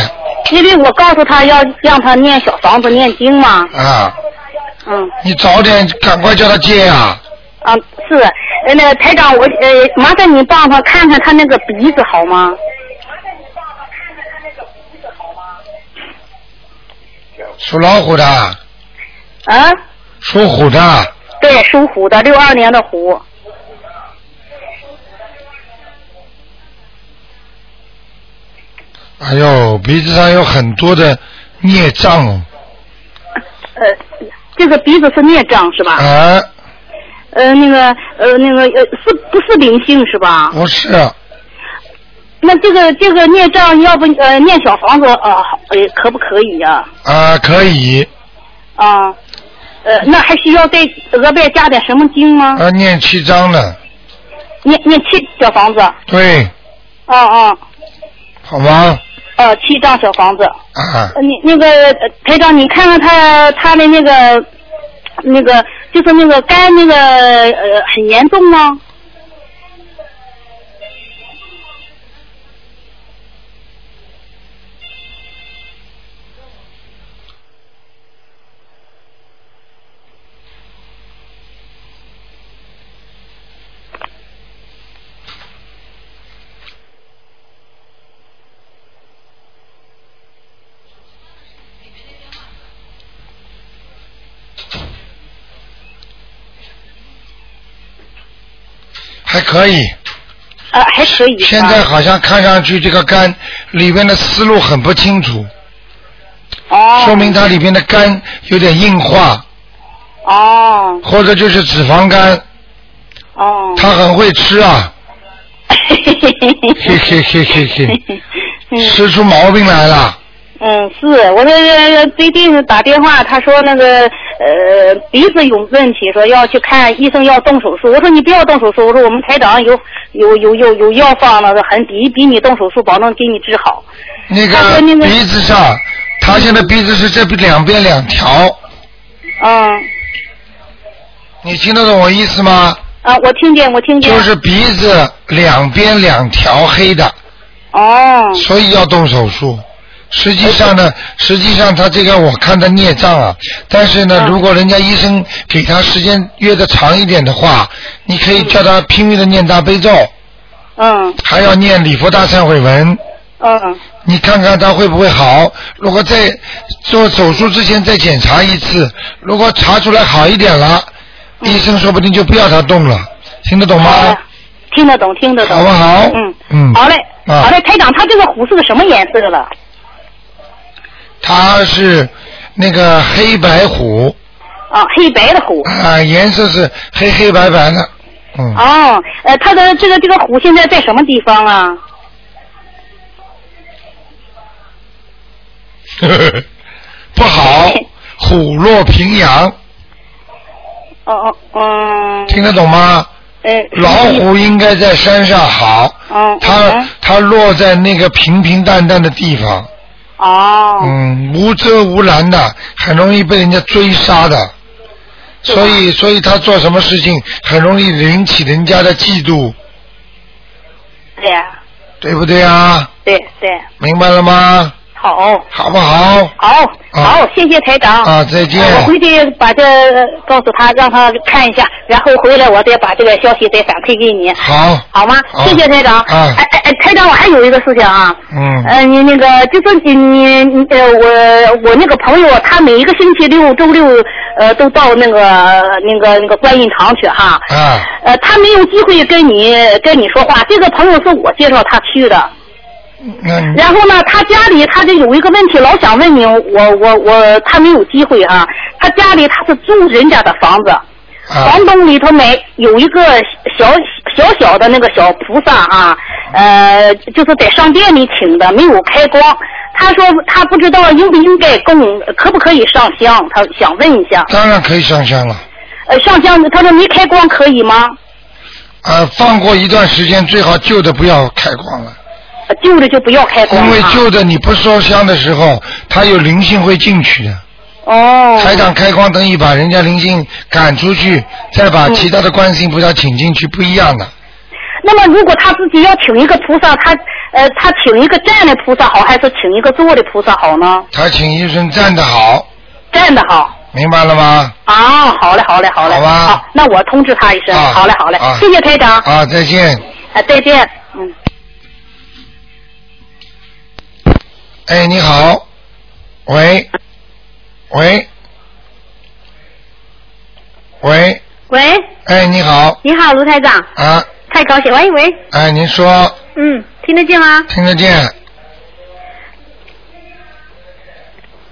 S10: 因为我告诉他要让他念小房子念经嘛，
S1: 啊！
S10: 嗯
S1: 你早点赶快叫他戒啊！
S10: 啊是，呃那个台长我呃麻烦你帮他看看他那个鼻子好吗？
S1: 属老虎的，
S10: 啊，
S1: 属虎的，
S10: 对，属虎的，六二年的虎，
S1: 哎呦，鼻子上有很多的孽障哦，
S10: 呃，这个鼻子是孽障是吧？
S1: 啊，
S10: 呃那个呃那个呃是不是灵性是吧？
S1: 不哦是，啊
S10: 那这个这个孽障，要不呃念小房子呃好呃可不可以呀、
S1: 啊，可以，
S10: 啊？呃，那还需要再额外加点什么经吗？
S1: 啊，念七章了，
S10: 念念七小房子，啊
S1: 对，
S10: 哦哦
S1: 好吗？
S10: 呃七张小房子。
S1: 啊，
S10: 呃，你那个呃台长，你看看他他的那个那个就是那个肝那个呃很严重吗？
S1: 还可以。
S10: 呃，还可以。
S1: 现在好像看上去这个肝里边的思路很不清楚。
S10: 哦。
S1: 说明它里边的肝有点硬化，
S10: 哦
S1: 或者就是脂肪肝。
S10: 哦。
S1: 他很会吃啊。 嘿嘿嘿嘿 嘿，吃出毛病来了。
S10: 嗯，是我这最近打电话，他说那个呃鼻子有问题，说要去看医生，要动手术。我说你不要动手术，我说我们台长有有有有有药方了，很比比你动手术保证给你治好。
S1: 那个鼻子上，他现在鼻子是这边两边两条，
S10: 嗯
S1: 你听得懂我意思吗？
S10: 啊，我听见，我听见。
S1: 就是鼻子两边两条黑的，
S10: 哦
S1: 所以要动手术。实际上呢，实际上他这个我看他孽障啊，但是呢，如果人家医生给他时间约的长一点的话，你可以叫他拼命的念大悲咒，
S10: 嗯
S1: 还要念礼佛大忏悔文，
S10: 嗯
S1: 你看看他会不会好。如果在做手术之前再检查一次，如果查出来好一点了，医生说不定就不要他动了，听得懂吗？
S10: 听得懂，听得懂。
S1: 好不好
S10: 嗯
S1: 嗯
S10: 好嘞，
S1: 啊
S10: 好嘞，台长，他这个虎是个什么颜色的？
S1: 他是那个黑白虎。
S10: 啊，黑白的虎。
S1: 啊，颜色是黑黑白白的，嗯，
S10: 哦，呃，他的这个这个虎现在在什么地方啊？
S1: 不 好，虎落平阳，
S10: 哦哦嗯。
S1: 听得懂吗？
S10: 呃，
S1: 老虎应该在山上好，
S10: 嗯，
S1: 它它落在那个平平淡淡的地方，
S10: 哦，
S1: 嗯，无遮无拦的，很容易被人家追杀的，所以所以他做什么事情很容易引起人家的嫉妒，
S10: 对呀，
S1: 对不对啊？
S10: 对对，
S1: 明白了吗？
S10: 好，
S1: 好不好？
S10: 好，好，谢谢台长。
S1: 啊再见
S10: 呃我回去把这呃告诉他，让他看一下，然后回来我再把这个消息再反馈给你，
S1: 好，
S10: 好吗？
S1: 好
S10: 谢谢台长。
S1: 啊
S10: 哎哎哎，台长，我还有一个事情啊。
S1: 嗯，
S10: 呃，你那个就是你你你呃，我我那个朋友，他每一个星期六、周六呃都到那个呃那个那个观音堂去哈。
S1: 啊，
S10: 呃，他没有机会跟你跟你说话。这个朋友是我介绍他去的。
S1: 那你
S10: 然后呢，他家里他这有一个问题，老想问你，我我我，他没有机会啊。他家里他是租人家的房子，房东里头没有一个小小小的那个小菩萨啊，呃，就是在商店里请的，没有开光。他说他不知道应不应该供，可不可以上香，他想问一下。
S1: 当然可以上香了。
S10: 呃，上香，他说没开光可以吗？
S1: 呃，放过一段时间，最好旧的不要开光了。
S10: 呃旧的就不要开光、啊。
S1: 因为旧的你不烧香的时候，它有灵性会进去的。
S10: 哦。
S1: 台长开光等于把人家灵性赶出去，再把其他的观世音菩萨请进去，不一样的。
S10: 那么，如果他自己要请一个菩萨，他呃，他请一个站的菩萨好，还是请一个坐的菩萨好呢？
S1: 他请医生站得好，
S10: 站的好
S1: 明白了吗？
S10: 啊，好嘞，好嘞，好嘞，
S1: 好吧
S10: 那我通知他一声。
S1: 啊
S10: 好嘞，好嘞，
S1: 啊
S10: 谢谢台长，
S1: 啊，再见。
S10: 啊，再见，嗯。
S1: 哎，你好，喂，喂，喂，
S11: 喂，
S1: 哎，你好，
S11: 你好，卢台长，
S1: 啊，
S11: 太高兴。喂喂，
S1: 哎，您说
S11: 嗯，听得见吗？
S1: 听得见？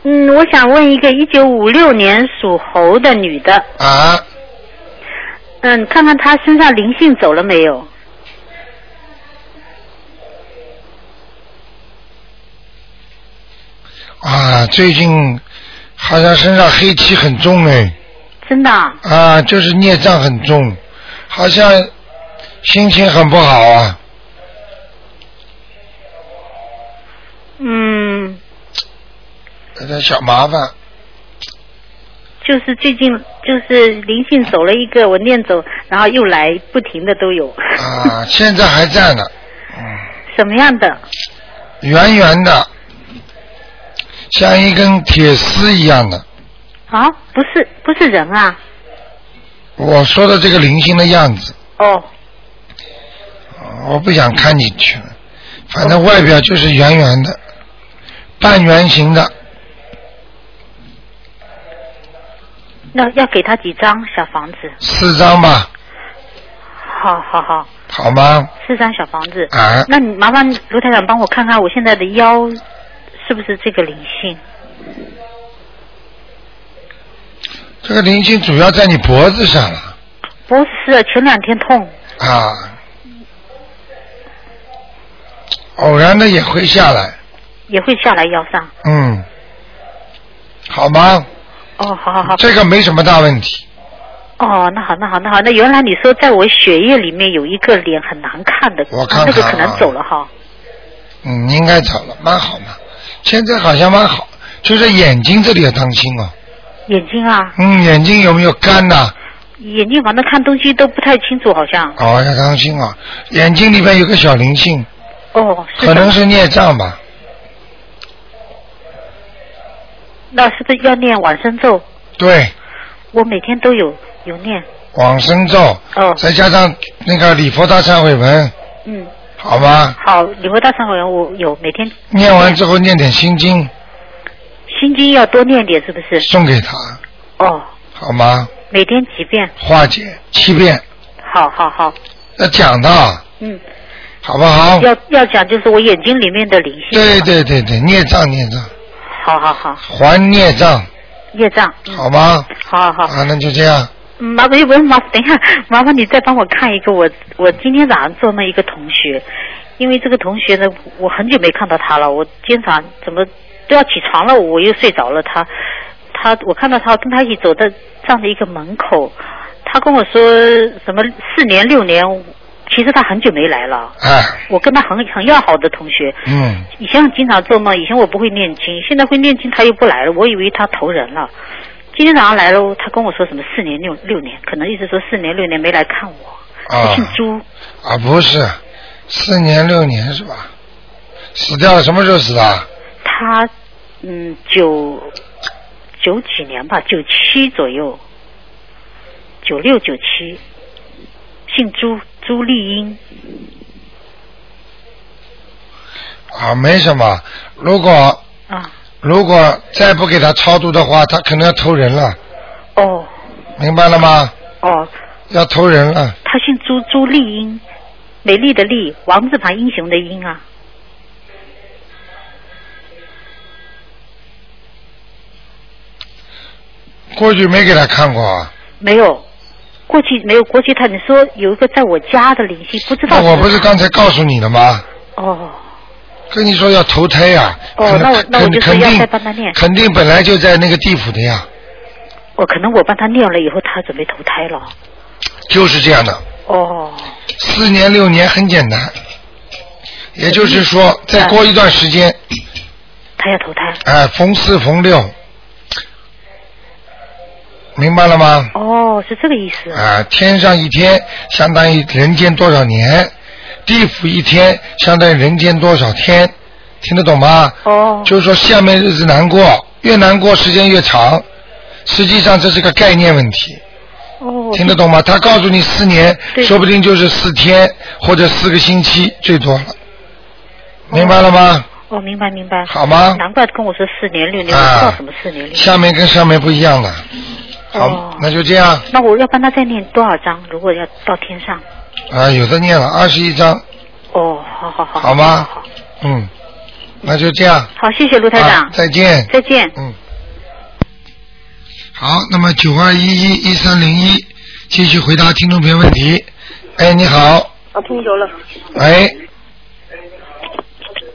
S11: 嗯，我想问一个一九五六年属猴的女的，
S1: 啊，
S11: 嗯，看看她身上灵性走了没有？
S1: 啊，最近好像身上黑气很重哎，
S11: 真的啊，
S1: 啊，就是孽障很重，好像心情很不好啊，
S11: 嗯，
S1: 有点小麻烦。
S11: 就是最近就是灵性走了一个，我念走，然后又来，不停的都有。
S1: 啊，现在还在呢，
S11: 什么样的？
S1: 圆圆的，像一根铁丝一样的。
S11: 啊，不是不是人啊，
S1: 我说的这个灵性的样子，
S11: 哦，
S1: 我不想看进去了。反正外表就是圆圆的，半圆形的，
S11: 那要给她几张小房子？
S1: 四张吧，
S11: 好好好，
S1: 好吗？
S11: 四张小房子。
S1: 啊
S11: 那你麻烦卢台长帮我看看我现在的腰是不是这个灵性？
S1: 这个灵性主要在你脖子上了
S11: 不是，前两天痛。
S1: 啊，偶然的也会下来，
S11: 也会下来腰上。
S1: 嗯，好吗？
S11: 哦，好好好。
S1: 这个没什么大问题，
S11: 哦，那好，那好，那好，那原来你说在我血液里面有一个脸很难看的，
S1: 我看看啊
S11: 那个可能走了哈。
S1: 嗯，应该走了，蛮好嘛。现在好像蛮好，就是眼睛这里要当心哦。
S11: 眼睛啊，
S1: 嗯，眼睛有没有干呐、
S11: 眼睛反正看东西都不太清楚，好像。
S1: 哦，要当心啊！眼睛里边有个小灵性，
S11: 哦，是的
S1: 可能是孽障吧。
S11: 那是不是要念往生咒？
S1: 对，
S11: 我每天都有有念。
S1: 往生咒，
S11: 哦
S1: 再加上那个礼佛大忏悔文，
S11: 嗯，
S1: 好吗？
S11: 好，礼佛大忏悔文我有每天
S1: 念完之后念点心经
S11: 心经要多念点，是不是？
S1: 送给他，
S11: 哦，
S1: 好吗？
S11: 每天几遍？
S1: 化解七遍，
S11: 好好好，
S1: 要讲的，
S11: 嗯，
S1: 好不好？
S11: 要要讲就是我眼睛里面的灵性。
S1: 哦对对对对，孽障孽障，
S11: 好好好，
S1: 还孽障，
S11: 业障。嗯
S1: 好吗？
S11: 好好好，
S1: 啊，那就这样。
S11: 嗯麻烦不是麻烦，等一下，麻烦你再帮我看一个我我今天早上做梦一个同学，因为这个同学呢，我很久没看到他了，我经常怎么都要起床了，我又睡着了，他他我看到他，我跟他一起走在站在一个门口，他跟我说什么四年六年，其实他很久没来了，
S1: 哎，
S11: 我跟他很很要好的同学，
S1: 嗯，
S11: 以前经常做梦，以前我不会念经，现在会念经，他又不来了，我以为他投人了。今天早上来了，他跟我说什么四年六六年，可能意思说四年六年没来看我。
S1: 啊
S11: 他姓朱，
S1: 啊，不是，四年六年是吧？死掉了，什么时候死的？
S11: 他嗯九九几年吧，九七左右，九六九七，姓朱，朱丽英。
S1: 啊，没什么。如果
S11: 啊
S1: 如果再不给他超度的话，他可能要投人了，
S11: 哦
S1: 明白了吗？
S11: 哦，
S1: 要投人了。
S11: 他姓朱，朱丽英，美丽的丽，王字旁英雄的英啊。
S1: 过去没给他看过啊，
S11: 没有，过去没有过去他，你说有一个在我家的灵性，不知道
S1: 那我不是
S11: 哪
S1: 刚才告诉你了吗？
S11: 哦
S1: 跟你说要投胎呀、
S11: 哦
S1: 可能
S11: 那我那我
S1: 肯
S11: 就是
S1: 肯
S11: 要
S1: 定
S11: 再帮他念
S1: 肯定本来就在那个地府的呀，
S11: 我可能我帮他念了以后，他准备投胎了。
S1: 就是这样的。
S11: 哦，
S1: 四年六年很简单，也就是
S11: 嗯
S1: 说，再过一段时间，
S11: 他要投胎。
S1: 哎，逢四逢六，明白了吗？
S11: 哦，是这个意思。
S1: 啊，天上一天相当于人间多少年，地府一天相当于人间多少天，听得懂吗？
S11: 哦。
S1: 就是说下面日子难过，越难过时间越长，实际上这是个概念问题，
S11: 哦，
S1: 听得懂吗？他告诉你四年，
S11: 对
S1: 说不定就是四天或者四个星期最多了，明白了吗？
S11: 哦，明白明白。
S1: 好啊吗
S11: 难怪跟我说四年六年，我
S1: 啊
S11: 不知道什么四年六年。
S1: 下面跟上面不一样的，好，
S11: 哦
S1: 那就这样
S11: 那我要帮他再念多少章？如果要到天上？
S1: 啊，有的念了二十一章，
S11: 哦，好好好。
S1: 好吗？嗯，那就这样。
S11: 好，谢谢卢台长。
S1: 啊再见
S11: 再见。
S1: 嗯。好，那么九二一一一三零一，继续回答听众朋友问题。哎，你好，
S12: 啊，通着了。
S1: 喂，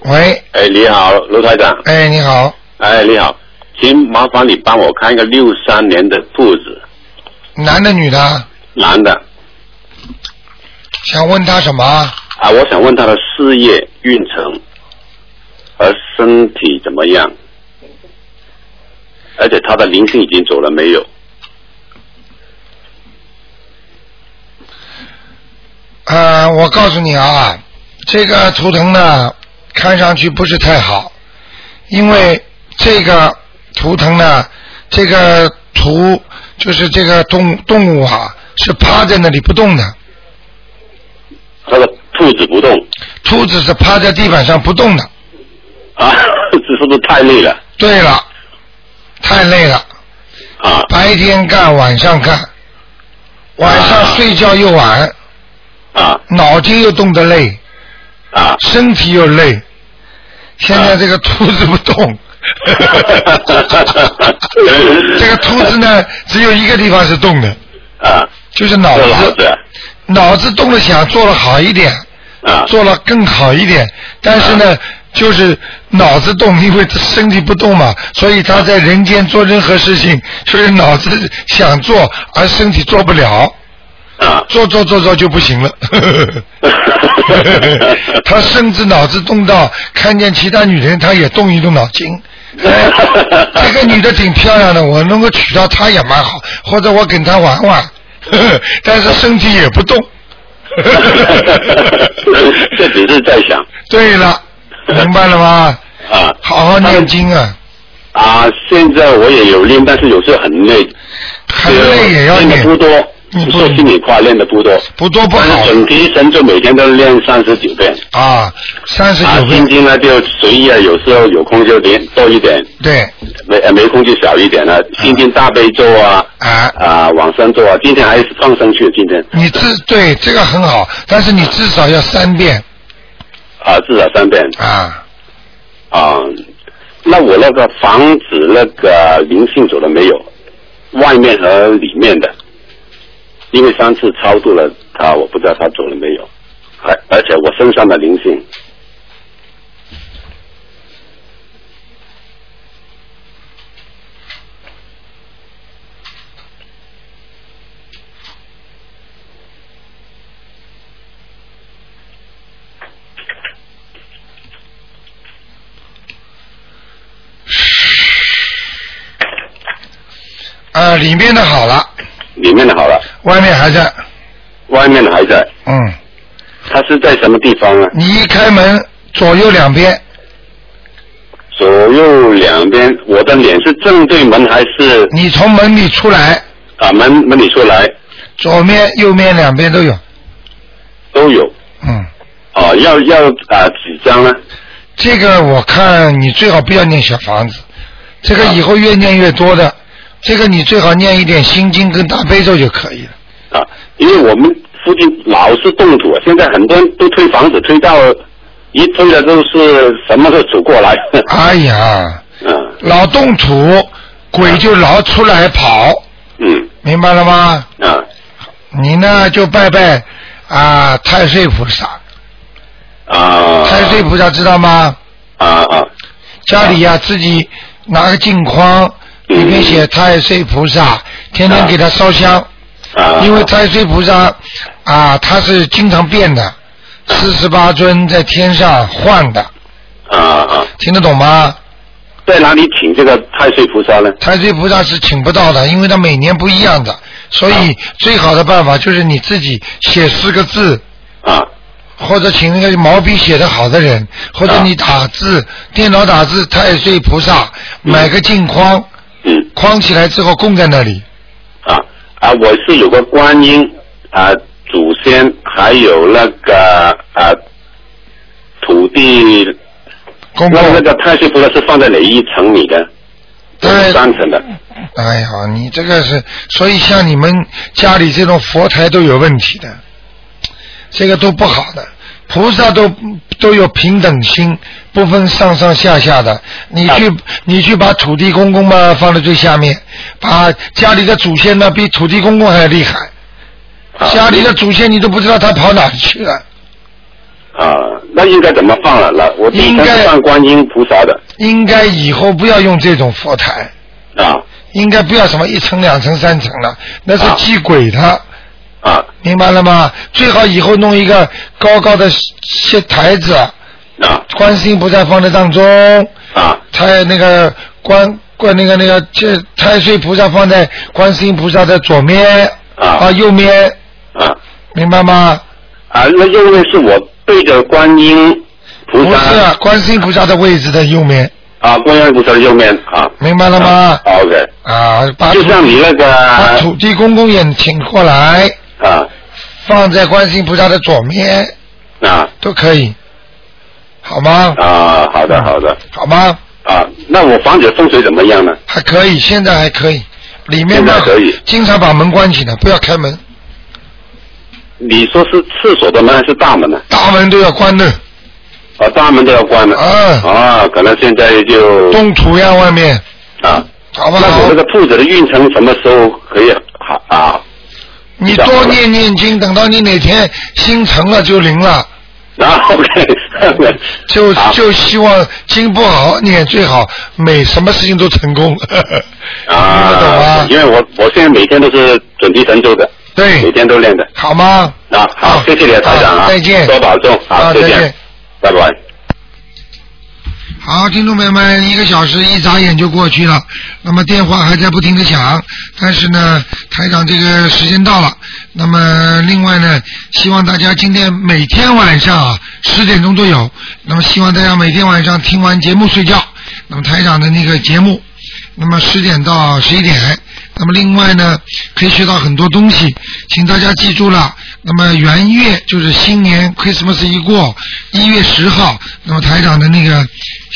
S1: 喂，
S7: 哎，你好，卢台长。
S1: 哎，你好，
S7: 哎，你好，请麻烦你帮我看一个六三年的兔子，
S1: 男的女的？
S7: 男的
S1: 想问他什么？
S7: 啊，我想问他的事业运程和身体怎么样，而且他的灵性已经走了没有？
S1: 呃，我告诉你啊，这个图腾呢，看上去不是太好，因为这个图腾呢，这个图就是这个动动物啊，是趴在那里不动的。
S7: 他的兔子不动
S1: 兔子是趴在地板上不动的。
S7: 啊， 这是不是太累了？
S1: 对了，太累了。
S7: 啊。
S1: 白天干，晚上干，晚上睡觉又晚。
S7: 啊。
S1: 脑筋又动得累。
S7: 啊。
S1: 身体又累。现在这个兔子不动。
S7: 啊
S1: 这个兔子呢，只有一个地方是动的。
S7: 啊。
S1: 就是脑
S7: 这老啊子
S1: 脑子动了想做了好一点，
S7: 啊，
S1: 做了更好一点，但是呢，就是脑子动，因为身体不动嘛，所以他在人间做任何事情，就是脑子想做，而身体做不了。
S7: 啊，
S1: 做做做做就不行了， 他甚至脑子动到看见其他女人，他也动一动脑筋。哎这个女的挺漂亮的，我能够娶到她也蛮好，或者我跟她玩玩， 但是身体也不动。
S7: 这只是在想
S1: 对了，明白了吗？
S7: 啊
S1: 好好念经啊，
S7: 啊，现在我也有练，但是有时候很累，啊
S1: 很累也要
S7: 练的
S1: 念
S7: 不多，说心里话练的不多，
S1: 不多不
S7: 但
S1: 好
S7: 是准提神咒每天都练三十九遍，
S1: 啊，三十
S7: 啊
S1: 九，
S7: 心
S1: 遍，
S7: 经呢就随意啊，有时候有空就练多一点，
S1: 对，
S7: 没呃没空就少一点了，心经大悲咒啊，
S1: 啊
S7: 啊往生咒啊，今天还是放生去，今天
S1: 你至对这个很好，但是你至少要三遍
S7: 啊至少三遍
S1: 啊。
S7: 啊，那我那个房子那个灵性走了没有？外面和里面的，因为上次超度了他，我不知道他走了没有。还而且我身上的灵性
S1: 啊，里面的好了，
S7: 里面的好了，
S1: 外面还在，
S7: 外面的还在。
S1: 嗯，
S7: 他是在什么地方呢？啊
S1: 你一开门左右两边
S7: 左右两边，我的脸是正对门还是
S1: 你从门里出来，
S7: 啊门门里出来
S1: 左面右面两边都有，
S7: 都有？
S1: 嗯。
S7: 哦，要要啊几张呢？
S1: 这个我看你最好不要念小房子，这个以后越念越多的，这个你最好念一点心经跟大悲咒就可以了。
S7: 啊，因为我们附近老是动土，啊现在很多人都推房子，推到一推了都是什么都走过来。
S1: 哎呀，
S7: 嗯
S1: 老动土，鬼就老出来跑，
S7: 嗯
S1: 明白了吗？
S7: 啊
S1: 你呢就拜拜啊太岁菩萨。
S7: 啊。
S1: 太岁菩萨知道吗？
S7: 啊啊。
S1: 家里呀、自己拿个镜框，
S7: 嗯
S1: 里面写太岁菩萨，天天给他烧香。
S7: 啊。
S1: 因为太岁菩萨啊，他是经常变的，四十八尊在天上换的，
S7: 啊啊！
S1: 听得懂吗？
S7: 在哪里请这个太岁菩萨呢？
S1: 太岁菩萨是请不到的，因为他每年不一样的，所
S7: 啊
S1: 以最好的办法就是你自己写四个字。
S7: 啊。
S1: 或者请那个毛笔写的好的人，或
S7: 啊
S1: 者你打字，电脑打字，太岁菩萨，
S7: 嗯
S1: 买个镜框，框起来之后供在那里。
S7: 啊啊，我是有个观音啊，祖先还有那个啊土地。
S1: 公
S7: 那那个太岁菩萨是放在哪一层里的？三层的。
S1: 哎呀，你这个是，所以像你们家里这种佛台都有问题的，这个都不好的。菩萨都都有平等心，不分上上下下的。你去、你去把土地公公嘛放在最下面，把家里的祖先呢比土地公公还厉害。家里的祖先你都不知道他跑哪里去了。
S7: 啊，那应该怎么放啊？那我第一
S1: 应
S7: 该
S1: 该
S7: 是放观音菩萨的
S1: 应该以后不要用这种佛台，
S7: 啊
S1: 应该不要什么一层、两层、三层了，那是祭鬼的。
S7: 啊。
S1: 明白了吗？最好以后弄一个高高的些台子。
S7: 啊。
S1: 观世音菩萨放在当中。
S7: 啊。
S1: 太那个观观那个那个这太岁菩萨放在观世音菩萨的左面。
S7: 啊。
S1: 右面。
S7: 啊。
S1: 明白吗？
S7: 啊，那因为是我对着观音菩
S1: 不
S7: 萨
S1: 是啊观世音菩萨的位置的右面，
S7: 啊，观音菩萨的右面啊。
S1: 明白了吗？
S7: 啊 OK。
S1: 啊，把
S7: 就像你那个
S1: 把土地公公也请过来。
S7: 啊。
S1: 放在观世音菩萨的左面
S7: 啊
S1: 都可以，好吗？
S7: 啊，好的好的
S1: 好吗？
S7: 啊，那我房子风水怎么样呢？
S1: 还可以，现在还可以，里面
S7: 现在
S1: 呢
S7: 可以
S1: 经常把门关起来，不要开门，
S7: 你说是厕所的门还是大门呢？
S1: 大门都要关的，
S7: 啊，大门都要关了。啊。啊，可能现在就
S1: 动土呀外面。
S7: 啊。
S1: 好不
S7: 好？那我这个铺子的运程什么时候可以好啊？
S1: 你多念念经，等到你哪天心诚了就灵了。
S7: 啊，OK，
S1: 就就希望经不好好念最好，每什么事情都成功。
S7: 啊，因为我我现在每天都是准提神咒的，
S1: 对，
S7: 每天都练的。
S1: 好吗？
S7: 啊，好，谢谢你啊，台长啊，
S1: 再见
S7: 多保重，好，
S1: 啊
S7: 再
S1: 再见
S7: 见，拜拜。
S1: 好，听众朋友们，一个小时一眨眼就过去了，那么电话还在不停的响，但是呢，台长这个时间到了，那么另外呢，希望大家今天每天晚上啊十点钟都有，那么希望大家每天晚上听完节目睡觉，那么台长的那个节目，那么十点到十一点，那么另外呢，可以学到很多东西，请大家记住了。那么元月就是新年 Christmas 一过，一月十号，那么台长的那个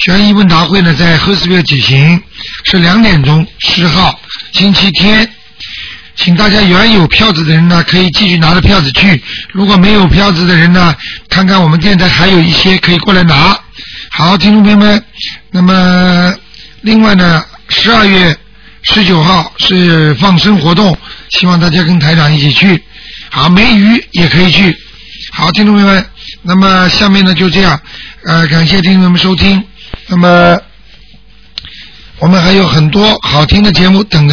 S1: 悬疑问答会呢，在赫斯贝尔举行，是两点钟，十号星期天。请大家原有票子的人呢，可以继续拿着票子去；如果没有票子的人呢，看看我们电台还有一些可以过来拿。好，听众朋友们，那么另外呢，十二月十九号是放生活动，希望大家跟台长一起去。好，梅鱼也可以去。好，听众朋友们，那么下面呢就这样，呃，感谢听众朋友们收听。那么我们还有很多好听的节目等着大家。